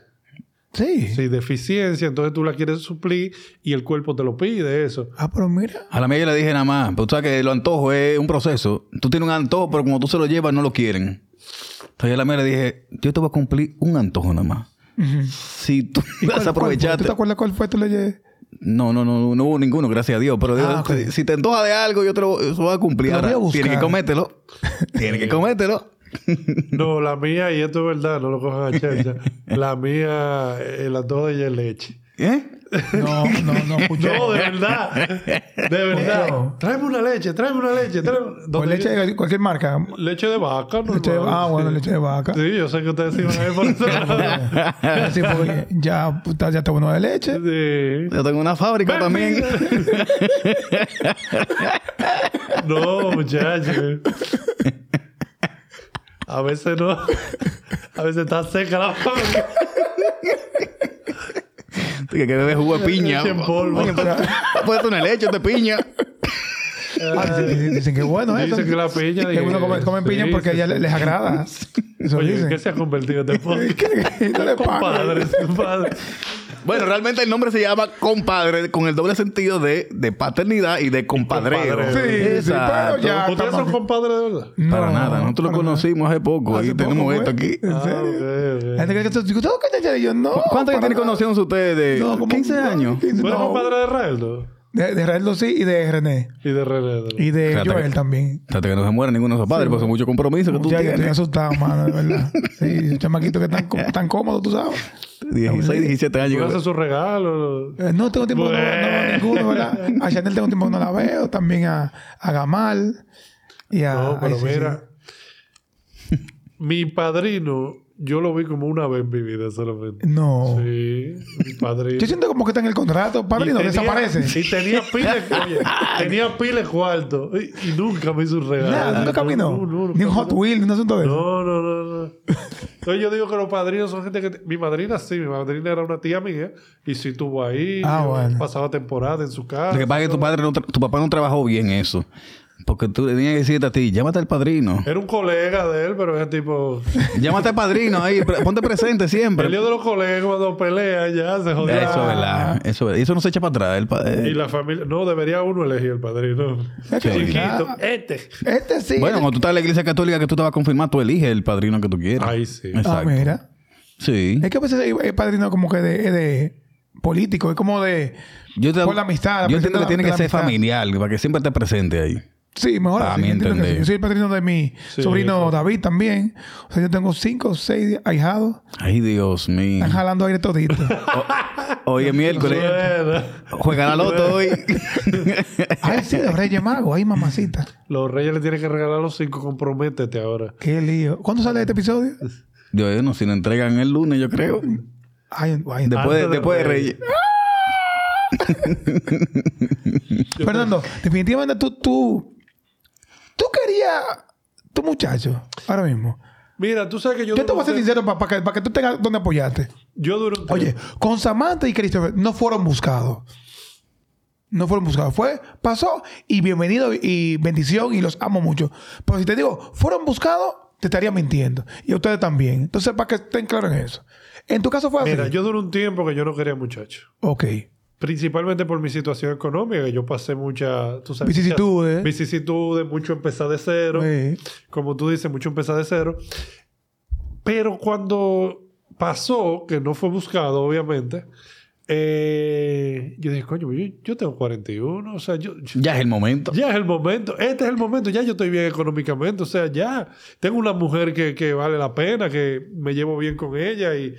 Speaker 2: Sí.
Speaker 3: Sí, deficiencia, entonces tú la quieres suplir y el cuerpo te lo pide, eso.
Speaker 2: Ah, pero mira.
Speaker 1: A la mía yo le dije nada más. Pero tú sabes que lo antojo es un proceso. Tú tienes un antojo, pero como tú se lo llevas, no lo quieren. Entonces yo a la mía le dije, yo te voy a cumplir un antojo nada más. Si tú
Speaker 2: ¿Cuál- cuál
Speaker 1: vas
Speaker 2: fue?
Speaker 1: a aprovecharte.
Speaker 2: ¿Tú te acuerdas cuál fue? Tú le llevé?
Speaker 1: No, no, no, no hubo ninguno, gracias a Dios. Pero
Speaker 2: Ah,
Speaker 1: Dios,
Speaker 2: ok.
Speaker 1: si te antoja de algo, yo te lo, eso voy a cumplir.
Speaker 2: Lo voy a
Speaker 1: Ahora,
Speaker 2: buscar.
Speaker 1: tienes que comértelo. tienes que comértelo.
Speaker 3: No, la mía, y esto es verdad, no lo cojan a chelcha. la mía, el antojo de ella es leche.
Speaker 1: ¿Eh?
Speaker 2: No, no, no, escuchó.
Speaker 3: No, de verdad. De verdad. Tráeme una leche, tráeme una leche. Tráeme...
Speaker 2: O
Speaker 3: ¿Dónde
Speaker 2: leche
Speaker 3: yo-
Speaker 2: de cualquier marca.
Speaker 3: leche de vaca, normal.
Speaker 2: Leche de- ah, bueno,
Speaker 3: Sí.
Speaker 2: leche de vaca.
Speaker 3: Sí, yo sé que ustedes iban a ir por ese lado.
Speaker 2: Así porque ya, puta, ya está bueno de leche.
Speaker 3: Sí.
Speaker 1: Yo tengo una fábrica también.
Speaker 3: No, muchachos. A veces no. A veces está seca la fábrica.
Speaker 1: que que bebes jugo de piña.
Speaker 3: Leche en polvo.
Speaker 1: Oye, pero- Puedes una leche de piña.
Speaker 2: Ah, sí, sí, dicen que bueno eso.
Speaker 3: Dicen que la piña.
Speaker 2: Que uno come, comen piña porque a ella le- les agrada. Eso
Speaker 3: Oye, ¿en
Speaker 2: dicen.
Speaker 3: qué se ha convertido este podcast?
Speaker 2: No le pagan.
Speaker 3: Compadres, compadres.
Speaker 1: Bueno, realmente el nombre se llama compadre con el doble sentido de, de paternidad y de compadrero.
Speaker 3: compadrero.
Speaker 2: Sí, sí, pero ya.
Speaker 3: ¿Ustedes son compadres de verdad?
Speaker 2: No,
Speaker 1: Para nada, nosotros lo
Speaker 2: para nada.
Speaker 1: conocimos hace poco.
Speaker 2: Hace
Speaker 1: Aquí tenemos
Speaker 2: poco,
Speaker 1: esto
Speaker 2: güey.
Speaker 1: aquí.
Speaker 2: ¿En
Speaker 3: Ah,
Speaker 2: serio? La
Speaker 3: ok, ok.
Speaker 2: gente cree que esto es discutido, ¿qué te- te- yo, no.
Speaker 1: ¿Cuánto que
Speaker 2: para
Speaker 1: tienen
Speaker 2: nada.
Speaker 1: conocidos ustedes?
Speaker 2: No, como-
Speaker 1: 15 años.
Speaker 2: quince-
Speaker 3: ¿Tú eres
Speaker 2: no.
Speaker 3: compadre de Raeldo?
Speaker 2: De, de Raeldo sí y de René.
Speaker 3: Y de René. de-
Speaker 2: Y de
Speaker 1: Espérate
Speaker 2: Joel
Speaker 1: que-
Speaker 2: también.
Speaker 1: Hasta que no se muera ninguno de esos padres, porque son muchos compromisos que tú
Speaker 2: Ya que estoy
Speaker 1: tienes.
Speaker 2: asustado, mano, de verdad. Sí, los chamaquitos que están, co- tan cómodos, tú sabes.
Speaker 1: 16, 17 años.
Speaker 3: Pónganse su regalo.
Speaker 2: Eh, No tengo tiempo, no, no veo ninguno, ¿verdad? A Chanel tengo tiempo que no la veo, también a, a Gamal y a. Ah,
Speaker 3: No, pero
Speaker 2: ay, sí, sí.
Speaker 3: mira. Mi padrino, yo lo vi como una vez en mi vida solamente.
Speaker 2: No.
Speaker 3: Sí, mi padrino.
Speaker 2: Yo siento como que está en el contrato,
Speaker 3: Y
Speaker 2: padrino,
Speaker 3: tenía-
Speaker 2: desaparece.
Speaker 3: Y tenía piles, oye, tenía piles cuarto. Y, y nunca me hizo un regalo.
Speaker 2: Nada, nunca caminó.
Speaker 3: No, no, no,
Speaker 2: Ni un Hot
Speaker 3: caminó.
Speaker 2: Wheels, ni un asunto de eso.
Speaker 3: No, no, no, no. Entonces yo digo que los padrinos son gente que... te- Mi madrina sí, mi madrina era una tía mía. Y sí estuvo ahí.
Speaker 2: Ah,
Speaker 3: yo
Speaker 2: bueno.
Speaker 3: Pasaba temporada en su casa.
Speaker 1: Lo que pasa es que tu, padre no tra- tu papá no trabajó bien eso. Porque tú le tenías que decirte a ti, llámate al padrino.
Speaker 3: Era un colega de él, pero es tipo...
Speaker 1: Llámate al padrino ahí, pre- ponte presente siempre.
Speaker 3: El lío de los colegas cuando pelea ya se
Speaker 1: Eso
Speaker 3: jodía.
Speaker 1: es verdad. Eso, es verdad. Y eso no se echa para atrás. El pa-
Speaker 3: Y
Speaker 1: eh.
Speaker 3: la familia... No, debería uno elegir el padrino.
Speaker 2: Es que-
Speaker 3: Chiquito.
Speaker 2: Ah,
Speaker 3: Este.
Speaker 2: Este sí.
Speaker 1: Bueno, cuando tú estás en la iglesia católica que tú te vas a confirmar, tú eliges el padrino que tú quieras.
Speaker 3: Ay, sí.
Speaker 2: ah,
Speaker 1: Exacto.
Speaker 2: mira.
Speaker 1: Sí.
Speaker 2: Es que a veces es es padrino como que de, es de político, es como de.
Speaker 1: Yo te-
Speaker 2: por la amistad. la
Speaker 1: Yo entiendo que
Speaker 2: presencia de
Speaker 1: tiene que
Speaker 2: la- de la
Speaker 1: ser
Speaker 2: amistad.
Speaker 1: familiar, para que siempre esté presente ahí.
Speaker 2: Sí, mejor
Speaker 1: Para
Speaker 2: así.
Speaker 1: mí
Speaker 2: entiendo que
Speaker 1: entender.
Speaker 2: sí. Yo soy el padrino de mi
Speaker 3: Sí,
Speaker 2: sobrino
Speaker 3: sí.
Speaker 2: David también. O sea, yo tengo cinco o seis ahijados.
Speaker 1: Ay, Dios mío.
Speaker 2: Están jalando aire todito.
Speaker 1: Hoy es miércoles.
Speaker 3: Bueno,
Speaker 1: Juega la loto hoy.
Speaker 2: Ay, sí, los Reyes Magos. Ay, mamacita.
Speaker 3: los reyes le tienen que regalar los cinco. Comprométete ahora.
Speaker 2: Qué lío. ¿Cuándo sale este episodio?
Speaker 1: Dios, no, si lo entregan el lunes, yo creo.
Speaker 2: Ay,
Speaker 1: Después,
Speaker 2: ay.
Speaker 3: Antes de
Speaker 1: después de
Speaker 3: Reyes.
Speaker 1: Reyes.
Speaker 2: Fernando, definitivamente tú, tú, tú querías tu muchacho ahora mismo.
Speaker 3: Mira, tú sabes que yo...
Speaker 2: Yo te
Speaker 3: duré
Speaker 2: voy a
Speaker 3: un
Speaker 2: ser
Speaker 3: tiempo-
Speaker 2: sincero para que, pa que tú tengas donde apoyarte.
Speaker 3: Yo duré un
Speaker 2: Oye,
Speaker 3: tiempo.
Speaker 2: con Samantha y Christopher no fueron buscados. No fueron buscados. Fue, pasó y bienvenido y bendición y los amo mucho. Pero si te digo, fueron buscados, te estaría mintiendo. Y a ustedes también. Entonces, para que estén claros en eso. En tu caso fue así.
Speaker 3: Mira, yo duré un tiempo que yo no quería muchachos.
Speaker 2: Ok.
Speaker 3: Principalmente por mi situación económica, que yo pasé muchas... tú sabes,
Speaker 2: Vicisitudes.
Speaker 3: muchas Vicisitudes, mucho empezar de cero.
Speaker 2: Eh,
Speaker 3: como tú dices, mucho empezar de cero. Pero cuando pasó, que no fue buscado, obviamente, eh, yo dije, coño, yo, yo tengo 41, o sea, yo, yo-
Speaker 1: Ya es el momento.
Speaker 3: ya es el momento, este es el momento, ya yo estoy bien económicamente, o sea, ya tengo una mujer que, que vale la pena, que me llevo bien con ella y,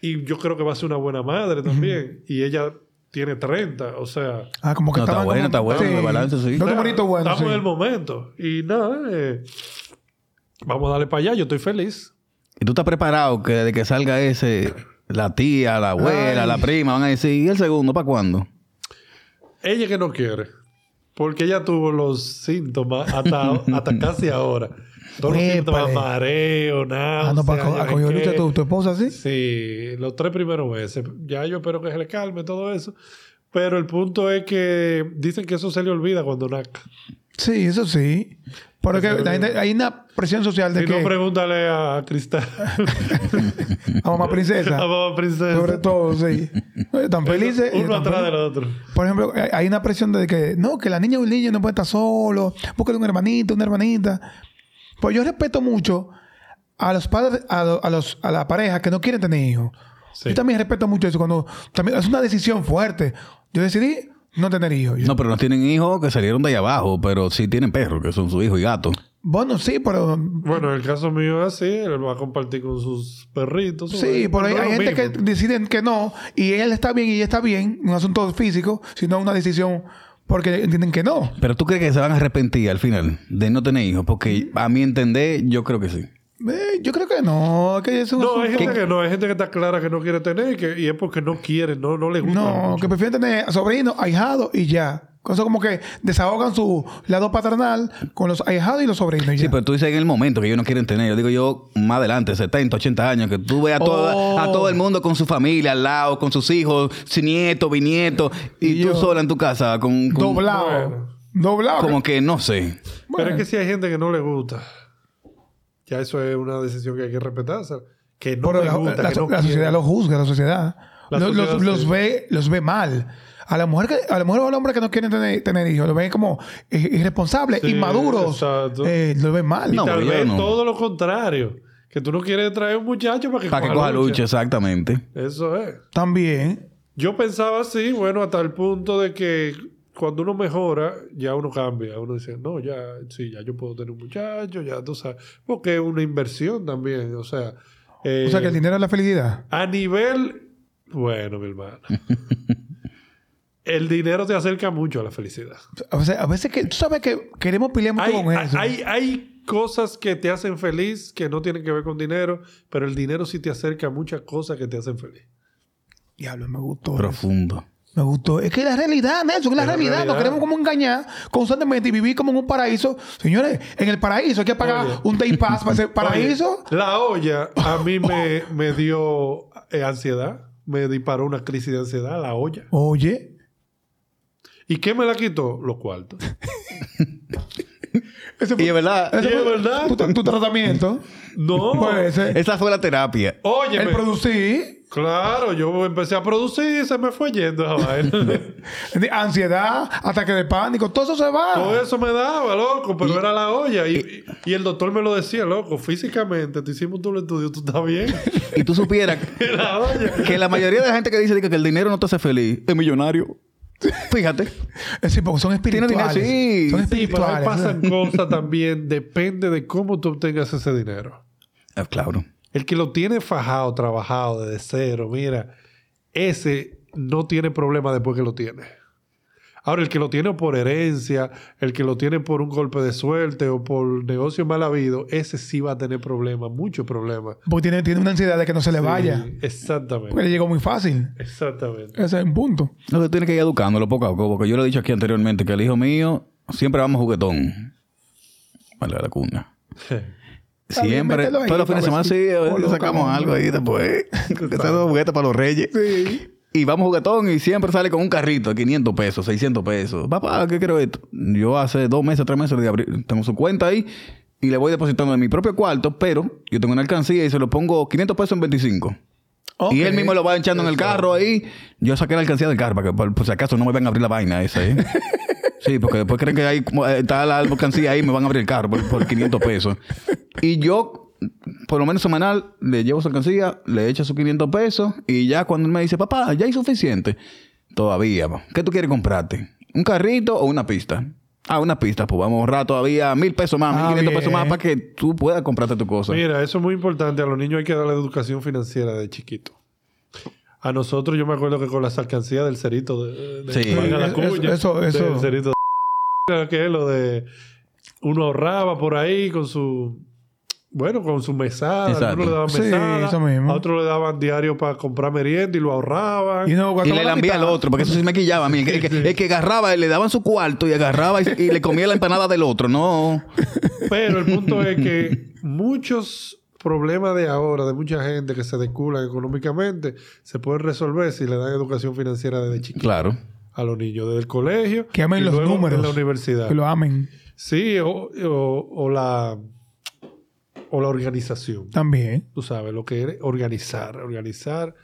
Speaker 3: y yo creo que va a ser una buena madre también. Y ella tiene 30, o sea...
Speaker 2: Ah, como que
Speaker 1: No, está
Speaker 2: estaban
Speaker 1: bueno,
Speaker 2: como-
Speaker 1: está bueno, de balance, sí.
Speaker 2: Dos
Speaker 3: O sea,
Speaker 2: numeritos buenos,
Speaker 3: Estamos
Speaker 2: sí.
Speaker 3: en el momento. Y nada, eh, vamos a darle para allá. Yo estoy feliz.
Speaker 1: Y tú estás preparado que desde que salga ese, la tía, la abuela,
Speaker 2: Ay.
Speaker 1: la prima, van a decir, ¿y el segundo para cuándo?
Speaker 3: Ella que no quiere. Porque ella tuvo los síntomas hasta, hasta casi ahora. Todos los
Speaker 2: Épale.
Speaker 3: síntomas, mareo, nada.
Speaker 2: Ah, no, para co- a coger lucha tu, tu esposa, ¿sí?
Speaker 3: Sí, los tres primeros meses. Ya yo espero que se le calme todo eso. Pero el punto es que dicen que eso se le olvida cuando naca.
Speaker 2: Sí, eso sí. Pero que la gente- hay una presión social de
Speaker 3: Si no,
Speaker 2: que
Speaker 3: pregúntale a Cristal.
Speaker 2: a mamá
Speaker 3: a
Speaker 2: princesa,
Speaker 3: mamá princesa.
Speaker 2: sobre todo, sí. Tan felices. y
Speaker 3: Uno
Speaker 2: tan
Speaker 3: atrás
Speaker 2: felices.
Speaker 3: del otro.
Speaker 2: Por ejemplo, hay- hay una presión de que no, que la niña o el niño no puede estar solo, búscale un hermanito, una hermanita. Pues yo respeto mucho a los padres, a, lo- a los, a la pareja que no quieren tener hijos.
Speaker 3: Sí.
Speaker 2: Yo también respeto mucho eso. Cuando también es una decisión fuerte. Yo decidí no tener hijos. Yo-
Speaker 1: No, pero no tienen hijos que salieron de ahí abajo, pero sí tienen perros, que son su hijo y gato.
Speaker 2: Bueno, sí, pero
Speaker 3: Bueno, el caso mío es así, él va a compartir con sus perritos. su-
Speaker 2: Sí, pero hay,
Speaker 3: no es
Speaker 2: hay
Speaker 3: lo
Speaker 2: gente que
Speaker 3: mismo.
Speaker 2: deciden que no, y él está bien y ella está bien, no es un asunto físico, sino una decisión porque entienden que no.
Speaker 1: Pero tú crees que se van a arrepentir al final de no tener hijos, porque a mi entender, yo creo que sí.
Speaker 2: Eh, yo creo que no, que es un
Speaker 3: No, hay
Speaker 2: asunto-
Speaker 3: gente que no, hay gente que está clara que no quiere tener y, que, y es porque no quiere, no, no le gusta.
Speaker 2: No,
Speaker 3: mucho.
Speaker 2: que prefieren tener sobrinos, ahijados y ya. Cosas como que desahogan su lado paternal con los ahijados y los sobrinos. y
Speaker 1: Sí,
Speaker 2: ya.
Speaker 1: pero tú dices en el momento que ellos no quieren tener. Yo digo yo, más adelante, 70, 80 años, que tú veas a, toda-
Speaker 2: Oh.
Speaker 1: a todo el mundo con su familia al lado, con sus hijos, su nieto, bisnieto, y,
Speaker 2: Y
Speaker 1: tú
Speaker 2: yo-
Speaker 1: sola en tu casa con... con-
Speaker 2: doblado.
Speaker 3: Bueno.
Speaker 2: Doblado.
Speaker 1: Como que no sé.
Speaker 3: Pero es que si hay gente que no le gusta, ya eso es una decisión que hay que respetarse. Que no
Speaker 2: Pero
Speaker 3: le
Speaker 2: la,
Speaker 3: gusta,
Speaker 2: la-
Speaker 3: que no
Speaker 2: la
Speaker 3: quiere.
Speaker 2: sociedad lo juzga, la sociedad.
Speaker 3: La
Speaker 2: los,
Speaker 3: sociedad,
Speaker 2: los- los
Speaker 3: sí.
Speaker 2: ve, los ve mal. A la mujer que, a la mujer o al hombre que no quieren tener, tener hijos, lo ven como eh, irresponsables,
Speaker 3: Sí,
Speaker 2: inmaduros.
Speaker 3: exacto.
Speaker 2: Eh, lo ven mal.
Speaker 1: No,
Speaker 3: Tal
Speaker 1: pero yo
Speaker 3: vez
Speaker 1: no.
Speaker 3: todo lo contrario. Que tú no quieres traer un muchacho para que,
Speaker 1: Para que coja lucha, exactamente.
Speaker 3: Eso es.
Speaker 2: También.
Speaker 3: Yo pensaba así, bueno, hasta el punto de que cuando uno mejora, ya uno cambia. Uno dice, no, ya, sí, ya yo puedo tener un muchacho, ya tú sabes. Porque es una inversión también, o sea. eh,
Speaker 2: o sea, que el dinero es la felicidad.
Speaker 3: a nivel. Bueno, mi hermano. el dinero te acerca mucho a la felicidad.
Speaker 2: O sea, a veces que tú sabes que queremos pelear mucho
Speaker 3: Hay,
Speaker 2: con eso.
Speaker 3: hay, hay cosas que te hacen feliz que no tienen que ver con dinero, pero el dinero sí te acerca a muchas cosas que te hacen feliz.
Speaker 2: Diablo, me gustó.
Speaker 1: Profundo.
Speaker 2: Me gustó. Es que la realidad, Nelson, que la
Speaker 3: Es la
Speaker 2: realidad. Nos
Speaker 3: realidad.
Speaker 2: queremos como engañar constantemente y vivir como en un paraíso. Señores, en el paraíso hay que pagar
Speaker 3: Oye.
Speaker 2: un day pass para ese paraíso.
Speaker 3: Oye, la olla a mí me, me dio eh, ansiedad. Me disparó una crisis de ansiedad, la olla.
Speaker 2: Oye.
Speaker 3: ¿Y qué me la quitó? Los cuartos.
Speaker 2: Ese
Speaker 1: Y es verdad,
Speaker 2: ese
Speaker 3: y es
Speaker 2: fue
Speaker 3: verdad. Oh.
Speaker 2: Tu, tra- tu tratamiento.
Speaker 3: No.
Speaker 2: Pues ese.
Speaker 1: esa fue la terapia.
Speaker 3: Oye,
Speaker 2: El producir.
Speaker 3: claro, yo empecé a producir y se me fue yendo esa vaina.
Speaker 2: de Ansiedad, ataque de pánico. Todo eso se va.
Speaker 3: Todo eso me daba, loco, pero era la olla. Y, y el doctor me lo decía, loco, físicamente, te hicimos todo el estudio, tú estás bien.
Speaker 1: Y tú supieras
Speaker 3: la olla.
Speaker 1: que la mayoría de la gente que dice que el dinero no te hace feliz es millonario. Fíjate.
Speaker 2: Es decir, Eh, porque son espirituales.
Speaker 1: dinero, sí.
Speaker 2: Son
Speaker 1: Sí,
Speaker 3: Sí, pero ahí
Speaker 2: espirituales.
Speaker 3: pasan cosas también, depende de cómo tú obtengas ese dinero.
Speaker 1: Ah, claro.
Speaker 3: El que lo tiene fajado, trabajado desde cero, mira, ese no tiene problema después que lo tiene. Ahora, el que lo tiene por herencia, el que lo tiene por un golpe de suerte o por negocio mal habido, ese sí va a tener problemas, muchos problemas.
Speaker 2: porque tiene, tiene una ansiedad de que no se le vaya. Pues
Speaker 3: Sí, Exactamente.
Speaker 2: Porque le llegó muy fácil.
Speaker 3: Exactamente.
Speaker 2: Ese es un punto.
Speaker 1: No, tú tienes que ir educándolo poco a poco. Porque yo lo he dicho aquí anteriormente que el hijo mío siempre vamos juguetón. Vale, a la cuna.
Speaker 2: Está bien,
Speaker 1: Siempre,
Speaker 2: mételo ahí,
Speaker 1: todos los fines de semana
Speaker 2: para ver
Speaker 1: sí,
Speaker 2: si-
Speaker 1: a ver
Speaker 2: o
Speaker 1: si
Speaker 2: lo
Speaker 1: sacamos
Speaker 2: sacamos.
Speaker 1: algo ahí después. Que sea dos juguetes para los reyes. Y vamos juguetón y siempre sale con un carrito de 500 pesos, 600 pesos. Papá, ¿qué quiero esto? Yo hace dos meses, tres meses le abrí, tengo su cuenta ahí y le voy depositando en mi propio cuarto, pero yo tengo una alcancía y se lo pongo 500 pesos en 25. Y él
Speaker 2: Ok.
Speaker 1: mismo lo va echando en el carro ahí. Yo saqué la alcancía del carro para que por, por si acaso no me van a abrir la vaina esa, ¿eh? Sí, porque después creen que ahí como, eh, está la alcancía ahí y me van a abrir el carro por, por 500 pesos. Y yo, por lo menos semanal, le llevo su alcancía, le echo sus 500 pesos y ya cuando él me dice, papá, ya hay suficiente. Todavía, pa. ¿qué tú quieres comprarte? ¿Un carrito o una pista? Ah, una pista, pues vamos a ahorrar todavía mil pesos más,
Speaker 2: Ah,
Speaker 1: mil quinientos pesos
Speaker 2: bien.
Speaker 1: más para que tú puedas comprarte tu cosa.
Speaker 3: Mira, eso es muy importante. A los niños hay que darle educación financiera de chiquito. A nosotros, yo me acuerdo que con las alcancías del cerito de, de
Speaker 1: Sí.
Speaker 3: Juan Galacuya,
Speaker 2: Eso- eso-
Speaker 3: del cerito de- que es lo de uno ahorraba por ahí con su bueno, con su mesada,
Speaker 1: Exacto.
Speaker 3: Algunos le daban
Speaker 2: Sí,
Speaker 3: mesada,
Speaker 2: eso mismo.
Speaker 3: a otros le daban diario para comprar merienda y lo ahorraban.
Speaker 2: Y, no,
Speaker 1: Y
Speaker 2: gastaba
Speaker 1: le
Speaker 2: la
Speaker 1: lambía al
Speaker 2: mitad.
Speaker 1: otro, porque eso sí me quillaba a mí. El que, el que- el que agarraba, le daban su cuarto y agarraba y, y le comía la empanada del otro. No.
Speaker 3: Pero el punto es que muchos problemas de ahora, de mucha gente que se desculan económicamente, se pueden resolver si le dan educación financiera desde chiquito
Speaker 1: Claro.
Speaker 3: a los niños, desde el colegio.
Speaker 2: Que amen
Speaker 3: y
Speaker 2: los
Speaker 3: luego
Speaker 2: números.
Speaker 3: En la universidad.
Speaker 2: Que lo amen
Speaker 3: Sí, o, o- o la, o la organización.
Speaker 2: también.
Speaker 3: Tú sabes lo que es organizar, organizar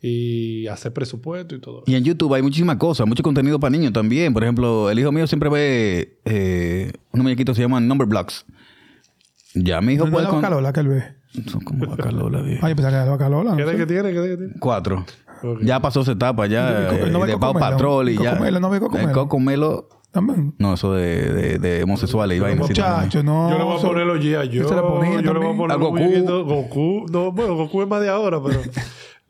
Speaker 3: y hacer presupuesto y todo.
Speaker 1: Y en YouTube hay muchísimas cosas, mucho contenido para niños también. Por ejemplo, el hijo mío siempre ve eh, unos muñequitos que se llaman Number Blocks. Ya mi hijo
Speaker 2: No, no
Speaker 1: puede.
Speaker 2: la
Speaker 1: con-
Speaker 2: bacalola que él ve.
Speaker 1: Son como bacalola, viejo.
Speaker 2: Ay, pensaba que era la bacalola. No,
Speaker 3: ¿Qué edad
Speaker 2: sé.
Speaker 3: que tiene? ¿Qué edad que tiene?
Speaker 1: Cuatro.
Speaker 3: Ok.
Speaker 1: Ya pasó esa etapa, ya.
Speaker 2: Y el co- no
Speaker 1: eh,
Speaker 2: ve
Speaker 1: de Pau
Speaker 2: Cocomelo.
Speaker 1: Patrol y ya.
Speaker 2: Cocomelo, no ve
Speaker 1: El
Speaker 2: Cocomelo.
Speaker 1: Cocomelo,
Speaker 2: También.
Speaker 1: No, eso de, de, de homosexuales y vainas. así también.
Speaker 2: Muchacho, no.
Speaker 3: Yo le voy a
Speaker 2: eso-
Speaker 3: poner los G.I. Joe.
Speaker 2: se la ponía
Speaker 3: Yo le voy a
Speaker 2: también.
Speaker 3: poner
Speaker 1: A
Speaker 3: los
Speaker 1: Goku.
Speaker 3: muñequitos. Goku. No, bueno, Goku es más de ahora, pero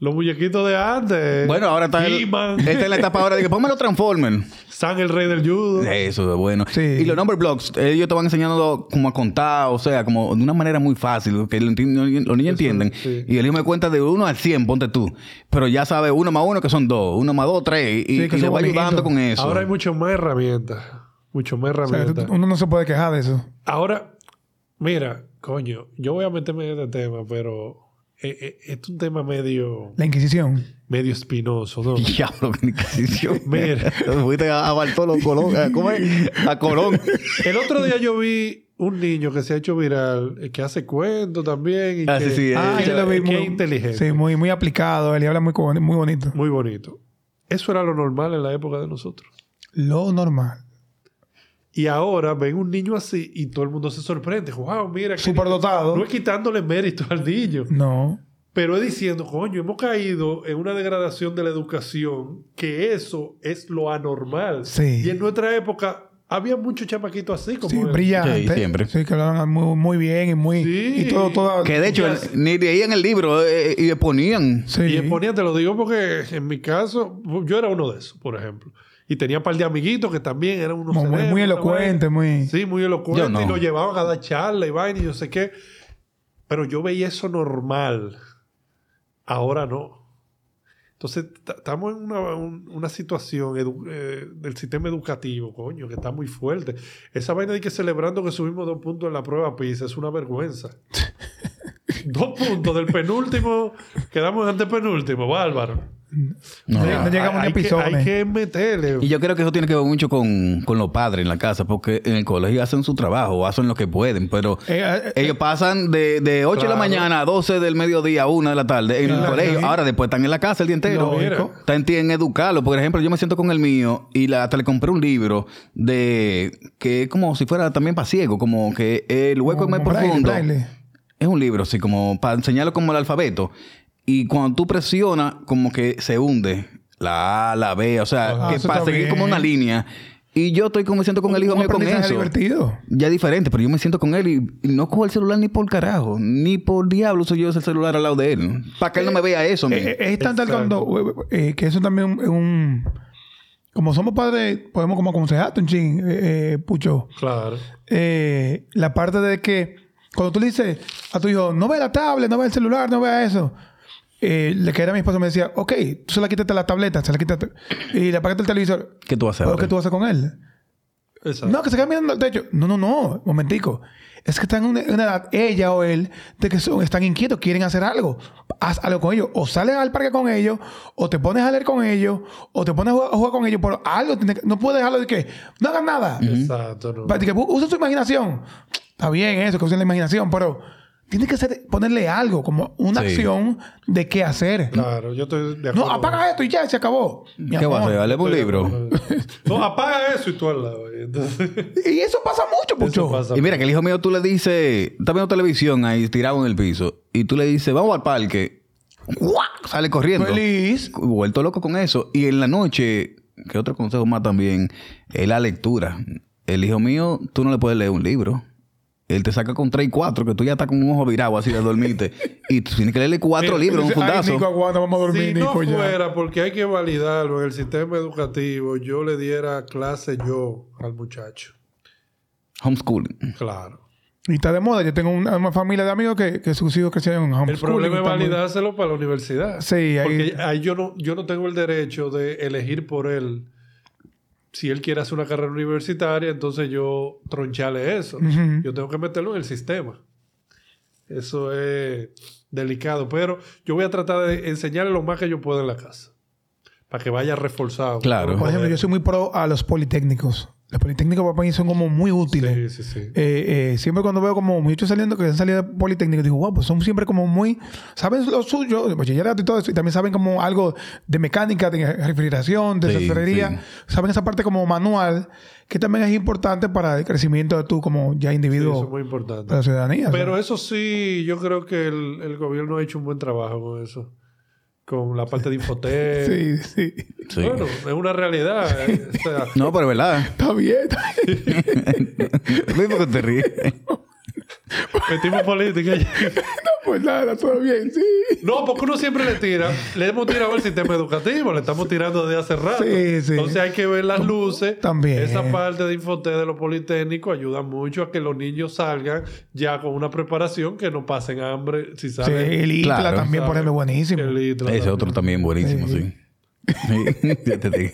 Speaker 3: los muñequitos de antes.
Speaker 1: Bueno, ahora está, el, eh.
Speaker 3: He-Man,
Speaker 1: está en la etapa ahora de que pónmelo Transformers.
Speaker 3: San el rey del judo.
Speaker 1: Eso es bueno.
Speaker 2: Sí.
Speaker 1: Y los number blocks, ellos te van enseñando como a contar, o sea, como de una manera muy fácil, que lo enti- los niños entienden.
Speaker 3: sí.
Speaker 1: Y el hijo me cuenta de 1 al 100, ponte tú. Pero ya sabe uno más uno que son dos, uno más dos, tres. Y,
Speaker 2: Sí,
Speaker 1: y
Speaker 2: que
Speaker 1: le
Speaker 2: son
Speaker 1: va
Speaker 2: bonitos.
Speaker 1: ayudando con eso.
Speaker 3: Ahora hay muchas más herramientas. Muchas más
Speaker 2: o sea,
Speaker 3: herramientas.
Speaker 2: tú- uno no se puede quejar de eso.
Speaker 3: Ahora, mira, coño, yo voy a meterme en este tema, pero eh, eh, es un tema medio,
Speaker 2: La Inquisición.
Speaker 3: medio espinoso, ¿no?
Speaker 1: Diablo, qué inquisición.
Speaker 3: Mira.
Speaker 1: Fuiste a, a Bartolo Colón. eh, ¿Cómo es? A Colón.
Speaker 3: El otro día yo vi un niño que se ha hecho viral, eh, que hace cuentos también. Y
Speaker 1: Ah,
Speaker 3: que,
Speaker 1: sí, sí, eh,
Speaker 2: Ah, yo
Speaker 3: que-
Speaker 2: lo vi
Speaker 3: que
Speaker 2: muy
Speaker 3: es inteligente.
Speaker 2: Sí, muy, muy aplicado. Él y habla muy, co- muy bonito.
Speaker 3: Muy bonito. Eso era lo normal en la época de nosotros.
Speaker 2: Lo normal.
Speaker 3: Y ahora ven un niño así y todo el mundo se sorprende. ¡Wow! Mira. qué niño".
Speaker 2: Superdotado.
Speaker 3: No es quitándole mérito al niño.
Speaker 2: No.
Speaker 3: Pero es diciendo, coño, hemos caído en una degradación de la educación, que eso es lo anormal.
Speaker 2: Sí.
Speaker 3: Y en nuestra época había muchos chamaquitos así como
Speaker 2: Sí,
Speaker 3: él.
Speaker 2: brillante.
Speaker 1: Sí, siempre.
Speaker 2: Sí, que hablaron muy, muy bien y muy.
Speaker 3: Sí.
Speaker 2: Y todo, todo.
Speaker 1: Que de hecho,
Speaker 3: Ya sé.
Speaker 1: ni leían el libro eh, y le ponían.
Speaker 2: Sí.
Speaker 3: Y exponía, te lo digo porque en mi caso, yo era uno de esos, por ejemplo. Y tenía un par de amiguitos que también eran unos
Speaker 2: Como muy-
Speaker 3: cerebros,
Speaker 2: muy
Speaker 3: una
Speaker 2: elocuente,
Speaker 3: vaina.
Speaker 2: muy-
Speaker 3: Sí, muy elocuente.
Speaker 1: Yo no.
Speaker 3: Y lo llevaban a dar charla y vaina y yo sé qué. Pero yo veía eso normal. Ahora no. Entonces, t- estamos en una, un- una situación edu- eh, del sistema educativo, coño, que está muy fuerte. Esa vaina de que celebrando que subimos dos puntos en la prueba PISA es una vergüenza. dos puntos del penúltimo, quedamos ante penúltimo, bárbaro.
Speaker 1: No,
Speaker 2: Sí,
Speaker 1: no.
Speaker 2: no llegamos ni
Speaker 3: hay,
Speaker 2: a
Speaker 3: que, hay
Speaker 2: pisones.
Speaker 3: que meterle.
Speaker 1: Y yo creo que eso tiene que ver mucho con, con los padres en la casa, porque en el colegio hacen su trabajo, hacen lo que pueden, pero
Speaker 2: Eh, eh, eh,
Speaker 1: ellos pasan de, de 8 de la
Speaker 3: Claro.
Speaker 1: mañana a 12 del mediodía a 1 de la tarde en el
Speaker 2: Claro.
Speaker 1: colegio.
Speaker 2: Sí.
Speaker 1: Ahora después están en la casa el día entero.
Speaker 3: No, mira.
Speaker 1: Está en ti en educarlo. Por ejemplo, yo me siento con el mío y la, hasta le compré un libro de que es como si fuera también para ciego, como que el hueco
Speaker 2: como
Speaker 1: es más
Speaker 2: braille,
Speaker 1: profundo.
Speaker 2: braille.
Speaker 1: Es un libro, así como para enseñarlo como el alfabeto. Y cuando tú presionas, como que se hunde la A, la B, o sea,
Speaker 2: Ah,
Speaker 1: que
Speaker 2: eso
Speaker 1: para
Speaker 2: está
Speaker 1: seguir
Speaker 2: bien.
Speaker 1: como una línea. Y yo estoy como me siento con el hijo
Speaker 2: Un
Speaker 1: mío con
Speaker 2: aprendizaje
Speaker 1: eso.
Speaker 2: divertido.
Speaker 1: Ya diferente, pero yo me siento con él y y no cojo el celular ni por carajo, ni por diablo uso yo ese celular al lado de él. Para que él no me vea eso, men.
Speaker 2: Eh, eh, es tan tal
Speaker 3: Exacto.
Speaker 2: cuando eh, eh, que eso también es un como somos padres podemos como aconsejarte un ching eh, eh, pucho
Speaker 3: Claro.
Speaker 2: Eh, la parte de que cuando tú le dices a tu hijo no ve la tablet no ve el celular no vea eso eh, le que era mi esposo me decía ok tú se la quitaste la tableta se la quitaste y le apagaste el televisor
Speaker 1: ¿Qué tú vas a hacer?
Speaker 2: ¿Pero
Speaker 1: ahora?
Speaker 2: ¿qué tú haces con él?
Speaker 3: Exacto.
Speaker 2: No, que se queda mirando al techo. No, no, no. Momentico. Es que están en una, en una edad, ella o él, de que son- están inquietos, quieren hacer algo. Haz algo con ellos. O sales al parque con ellos, o te pones a leer con ellos, o te pones a jugar, a jugar con ellos. Pero algo, tiene que- no puedes dejarlo de que no hagan nada.
Speaker 1: Mm.
Speaker 3: Exacto. no.
Speaker 2: Pa- de que bu- usen su imaginación. Está bien eso, que usen la imaginación, pero tiene que ser, ponerle algo, como una
Speaker 1: Sí.
Speaker 2: acción de qué hacer.
Speaker 3: Claro, yo estoy de acuerdo.
Speaker 2: No, apaga esto y ya se acabó. Mi
Speaker 1: ¿Qué vas a
Speaker 2: amor.
Speaker 1: hacer? ¿Dale por un
Speaker 3: Estoy de
Speaker 1: libro?
Speaker 3: acuerdo. No, apaga eso y tú al lado. y Entonces,
Speaker 2: Y eso pasa mucho, Pucho.
Speaker 3: eso pasa.
Speaker 1: Y mira, que el hijo mío tú le dices, está viendo televisión ahí tirado en el piso, y tú le dices, vamos al parque, ¡guau! sale corriendo.
Speaker 2: Feliz.
Speaker 1: Vuelto loco con eso. Y en la noche, que otro consejo más también, es la lectura. El hijo mío, tú no le puedes leer un libro. Él te saca con 3 y 4, que tú ya estás con un ojo virado así de dormirte. y tú tienes que leerle cuatro
Speaker 3: Mira,
Speaker 1: libros en un
Speaker 2: Dice, "Ay, Nico,
Speaker 1: fundazo.
Speaker 2: aguanta, vamos a dormir,
Speaker 3: si no
Speaker 2: Nico, ya".
Speaker 3: fuera porque hay que validarlo en el sistema educativo, yo le diera clase yo al muchacho.
Speaker 1: Homeschooling.
Speaker 3: Claro.
Speaker 2: Y está de moda. Yo tengo una, una familia de amigos que, que sus hijos crecieron en homeschooling.
Speaker 3: El problema es
Speaker 2: Está muy-
Speaker 3: validárselo para la universidad.
Speaker 2: Sí, ahí-
Speaker 3: Porque ahí yo no, yo no tengo el derecho de elegir por él. Si él quiere hacer una carrera universitaria, entonces yo troncharle eso.
Speaker 2: Ujú.
Speaker 3: Yo tengo que meterlo en el sistema. Eso es delicado. Pero yo voy a tratar de enseñarle lo más que yo pueda en la casa. Para que vaya reforzado.
Speaker 1: Claro.
Speaker 2: Por ejemplo, yo soy muy pro a los politécnicos. Los politécnicos para mí son como muy útiles.
Speaker 3: Sí, sí, sí.
Speaker 2: Eh, eh, siempre cuando veo como muchos saliendo que han salido de Politécnico, digo, wow, pues son siempre como muy, saben lo suyo, de bachillerato y todo eso, y también saben como algo de mecánica, de refrigeración, de
Speaker 1: Sí,
Speaker 2: cerrería, saben esa parte como manual, que también es importante para el crecimiento de tú como ya
Speaker 3: Sí,
Speaker 2: individuo,
Speaker 3: eso es muy importante.
Speaker 2: de la ciudadanía.
Speaker 3: Pero
Speaker 2: ¿sabes?
Speaker 3: eso sí, yo creo que el, el gobierno ha hecho un buen trabajo con eso. Con la parte de Infotec.
Speaker 2: sí, sí,
Speaker 1: Sí.
Speaker 3: Bueno, es una realidad. eh, o sea,
Speaker 1: No, pero verdad.
Speaker 2: está bien, está bien.
Speaker 1: Luis, ¿por qué te ríes?
Speaker 3: metimos política. ya.
Speaker 2: Pues nada, todo bien, sí.
Speaker 3: No, porque uno siempre le tira. Le hemos tirado el sistema educativo, le estamos tirando desde hace rato.
Speaker 2: Sí, sí.
Speaker 3: Entonces hay que ver las luces.
Speaker 2: También.
Speaker 3: Esa parte de Infotec de los Politécnicos ayuda mucho a que los niños salgan ya con una preparación que no pasen hambre si
Speaker 2: Sí,
Speaker 3: salen.
Speaker 2: el ITLA
Speaker 1: Claro.
Speaker 2: también, por ejemplo, buenísimo.
Speaker 3: El litro
Speaker 1: Ese
Speaker 3: también.
Speaker 1: otro también buenísimo, sí. Sí, ya te dije,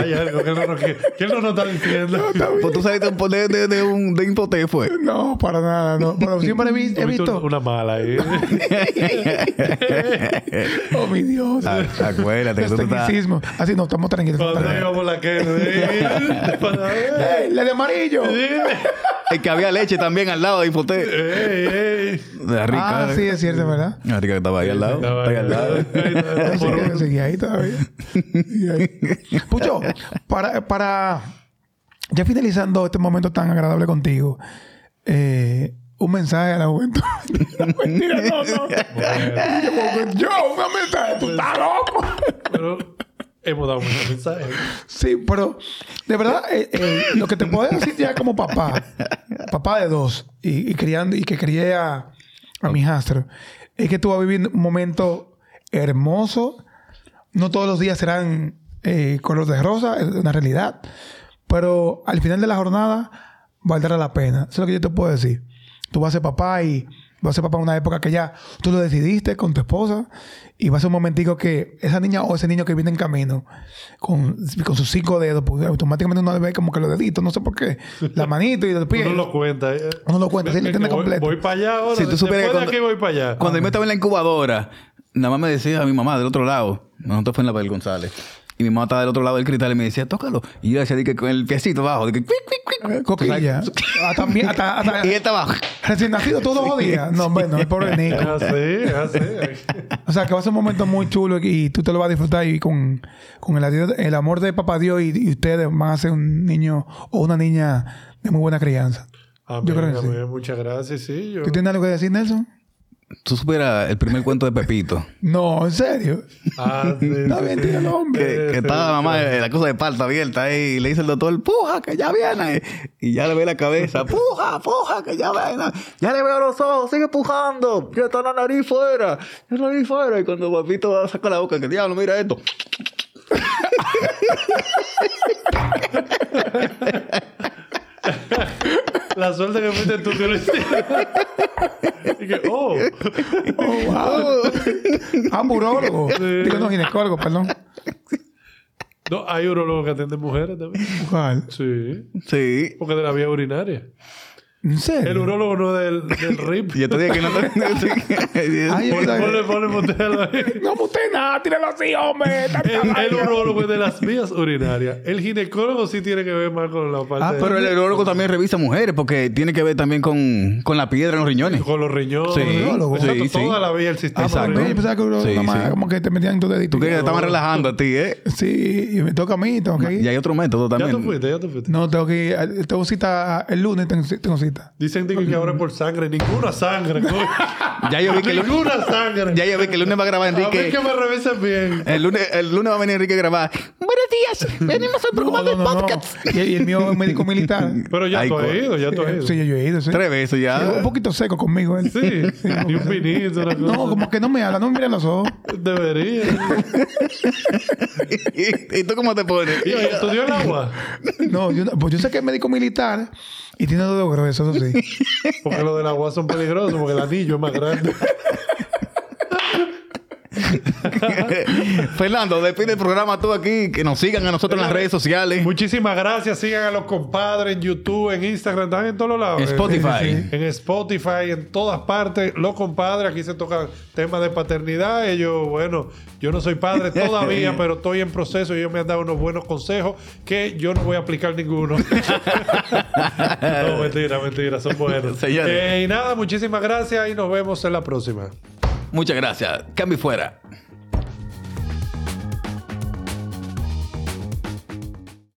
Speaker 3: Hay algo que él no nos, que él no nos está diciendo.
Speaker 1: Pues tú saliste un poder de, de un de Infotec, fue.
Speaker 2: No, para nada, no. Pero siempre he, vi- he
Speaker 3: Tuviste
Speaker 2: visto.
Speaker 3: una mala ahí.
Speaker 2: Oh, mi Dios.
Speaker 1: Ah, Acuérdate que
Speaker 2: Los
Speaker 1: tú te estás...
Speaker 2: tecnicismos. Así no, estamos tranquilos. estamos
Speaker 3: Cuando
Speaker 2: tranquilos.
Speaker 3: íbamos a la Kennedy. Para ver.
Speaker 2: ¡Ey, la de amarillo!
Speaker 1: El que había leche también al lado de Infotec.
Speaker 3: Ey, ey.
Speaker 1: La rica.
Speaker 2: Ah, sí, es cierto, ¿verdad?
Speaker 1: La rica Ah, que estaba ahí al lado.
Speaker 3: Estaba
Speaker 1: Está ahí al lado.
Speaker 3: ahí. Por
Speaker 2: Seguí,
Speaker 3: un-
Speaker 2: seguí ahí todavía. Seguí ahí. Pucho, para, para... Ya finalizando este momento tan agradable contigo, eh, un mensaje a la juventud. No, mentira, no, no. Yo, un mensaje, tú estás loco.
Speaker 3: Pero hemos dado muchos mensajes.
Speaker 2: Sí, pero de verdad, eh, eh, lo que te puedo decir ya como papá, papá de dos, y, y criando, y que crié a, a mi hijastro, es que tú vas a vivir un momento hermoso. No todos los días serán eh, color de rosa, es una realidad. Pero al final de la jornada valdrá la pena. Eso es lo que yo te puedo decir. Tú vas a ser papá y vas a ser papá en una época que ya tú lo decidiste con tu esposa y va a ser un momentico que esa niña o ese niño que viene en camino con, con sus cinco dedos, pues automáticamente uno le ve como que los deditos, no sé por qué, la manito y los pies.
Speaker 3: Uno lo cuenta. eh.
Speaker 2: Uno lo cuenta, sí, lo
Speaker 3: Es que
Speaker 2: entiende
Speaker 3: voy-
Speaker 2: completo.
Speaker 3: Voy para allá ahora.
Speaker 1: Si tú supieras que
Speaker 3: Después de
Speaker 1: cuando-
Speaker 3: aquí voy para allá.
Speaker 1: Cuando yo me estaba en la incubadora, nada más me decía a mi mamá del otro lado, nosotros fue en la Bel González, y mi mamá estaba del otro lado del cristal y me decía, tócalo. Y yo decía, di que con el piecito abajo, di que, cuic, cuic, cuic.
Speaker 2: Coquilla. Ah, también, hasta, hasta-
Speaker 1: y él estaba abajo.
Speaker 2: recién nacido, todos los días. No, bueno, el pobre
Speaker 3: Es
Speaker 2: Nico.
Speaker 3: así, es así.
Speaker 2: O sea, que va a ser un momento muy chulo y tú te lo vas a disfrutar y con, con el, adiós- el amor de papá Dios y, y ustedes van a ser un niño o una niña de muy buena crianza.
Speaker 3: Amén,
Speaker 2: Yo creo que sí.
Speaker 3: amén. Muchas gracias, sí. Yo...
Speaker 2: ¿Tú tienes algo que decir, Nelson?
Speaker 1: Tú supieras el primer cuento de Pepito.
Speaker 2: No, en serio.
Speaker 3: Ah, sí,
Speaker 2: No,
Speaker 3: sí,
Speaker 2: mentira,
Speaker 3: sí.
Speaker 2: no, hombre.
Speaker 1: Que, que estaba la mamá, eh, la cosa de palta abierta ahí, y le dice el doctor, puja, que ya viene. Y ya le ve la cabeza, puja, puja, que ya viene. Ya le veo los ojos, sigue pujando. Ya está la nariz fuera, ya la nariz fuera. Y cuando papito va a sacar la boca, que diablo, mira esto.
Speaker 3: La suerte que fuiste tú que lo hiciste. y que, oh,
Speaker 2: Oh, wow. Ah, Amburólogo.
Speaker 3: Sí.
Speaker 2: Digo, no, ginecólogo, perdón.
Speaker 3: no, hay urologos que atienden mujeres también.
Speaker 2: ¿Cuál?
Speaker 3: Sí,
Speaker 1: Sí.
Speaker 3: porque de la vía urinaria.
Speaker 2: ¿En
Speaker 3: El
Speaker 2: serio?
Speaker 3: urólogo no del, del RIP.
Speaker 1: Y yo te dije que no te...
Speaker 2: Ay, yo-
Speaker 3: Ponle, ponle, ponle, botella a la-
Speaker 2: No, usted nada, tíralo así, hombre.
Speaker 3: El, el urólogo es de las vías urinarias. El ginecólogo sí tiene que ver más con la parte
Speaker 2: Ah,
Speaker 3: de-
Speaker 1: Pero el neurólogo también revisa mujeres porque tiene que ver también con, con la piedra en los riñones.
Speaker 3: con los riñones.
Speaker 1: Sí,
Speaker 3: Exacto,
Speaker 1: sí, sí.
Speaker 3: toda la vía el sistema.
Speaker 2: Exacto. pues,
Speaker 1: Exacto.
Speaker 2: Yo pensaba que urólogo,
Speaker 1: Sí,
Speaker 2: nada más,
Speaker 1: sí.
Speaker 2: como que te metían tu dedito.
Speaker 1: Tú crees que te estaban relajando a ti, ¿eh?
Speaker 2: Sí, y me toca a mí, tengo que ir.
Speaker 1: Y hay otro método
Speaker 3: Ya tú
Speaker 1: también.
Speaker 3: fuiste, ya tú fuiste.
Speaker 2: No, tengo que ir. Tengo cita ah, el lunes, tengo, tengo cita.
Speaker 3: Dicen que ahora es por sangre. Ninguna sangre. coño.
Speaker 1: Ya yo vi que el lunes,
Speaker 3: Ninguna sangre.
Speaker 1: ya yo vi que el lunes va a grabar
Speaker 3: A ver
Speaker 1: Enrique.
Speaker 3: que me revisen bien.
Speaker 1: El lunes, el lunes va a venir Enrique a grabar. Buenos días, venimos al
Speaker 2: No,
Speaker 1: programa
Speaker 2: no,
Speaker 1: del
Speaker 2: no, no.
Speaker 1: podcast.
Speaker 2: Y, y el mío es médico militar. Eh,
Speaker 3: Pero ya
Speaker 1: Ay,
Speaker 3: tú has
Speaker 1: coño.
Speaker 3: ido, ya tú has ido.
Speaker 2: Sí, yo, yo he ido, sí.
Speaker 1: Tres veces ya.
Speaker 2: Un poquito seco conmigo él.
Speaker 3: Sí, ni un vinito, una cosa.
Speaker 2: No, como que no me habla, no me mira en los ojos.
Speaker 3: Debería.
Speaker 1: ¿Y, y tú cómo te pones?
Speaker 3: ¿Y estudió el agua?
Speaker 2: No, yo, no- pues yo sé que es médico militar y tiene los dedos gruesos, eso sí.
Speaker 3: Porque los del agua son peligrosos, porque el anillo es más grande.
Speaker 1: Fernando, despide el programa tú aquí. Que nos sigan a nosotros
Speaker 3: Eh,
Speaker 1: en las redes sociales.
Speaker 3: Muchísimas gracias. Sigan a los compadres en YouTube, en Instagram, están en todos lados.
Speaker 1: En Spotify.
Speaker 3: En Spotify, en todas partes. Los compadres, aquí se tocan temas de paternidad. Ellos, bueno, yo no soy padre todavía, pero estoy en proceso. Ellos me han dado unos buenos consejos que yo no voy a aplicar ninguno. no, mentira, mentira, son buenos.
Speaker 1: Señores.
Speaker 3: Eh, y nada, muchísimas gracias y nos vemos en la próxima.
Speaker 1: Muchas gracias. Cambio y fuera.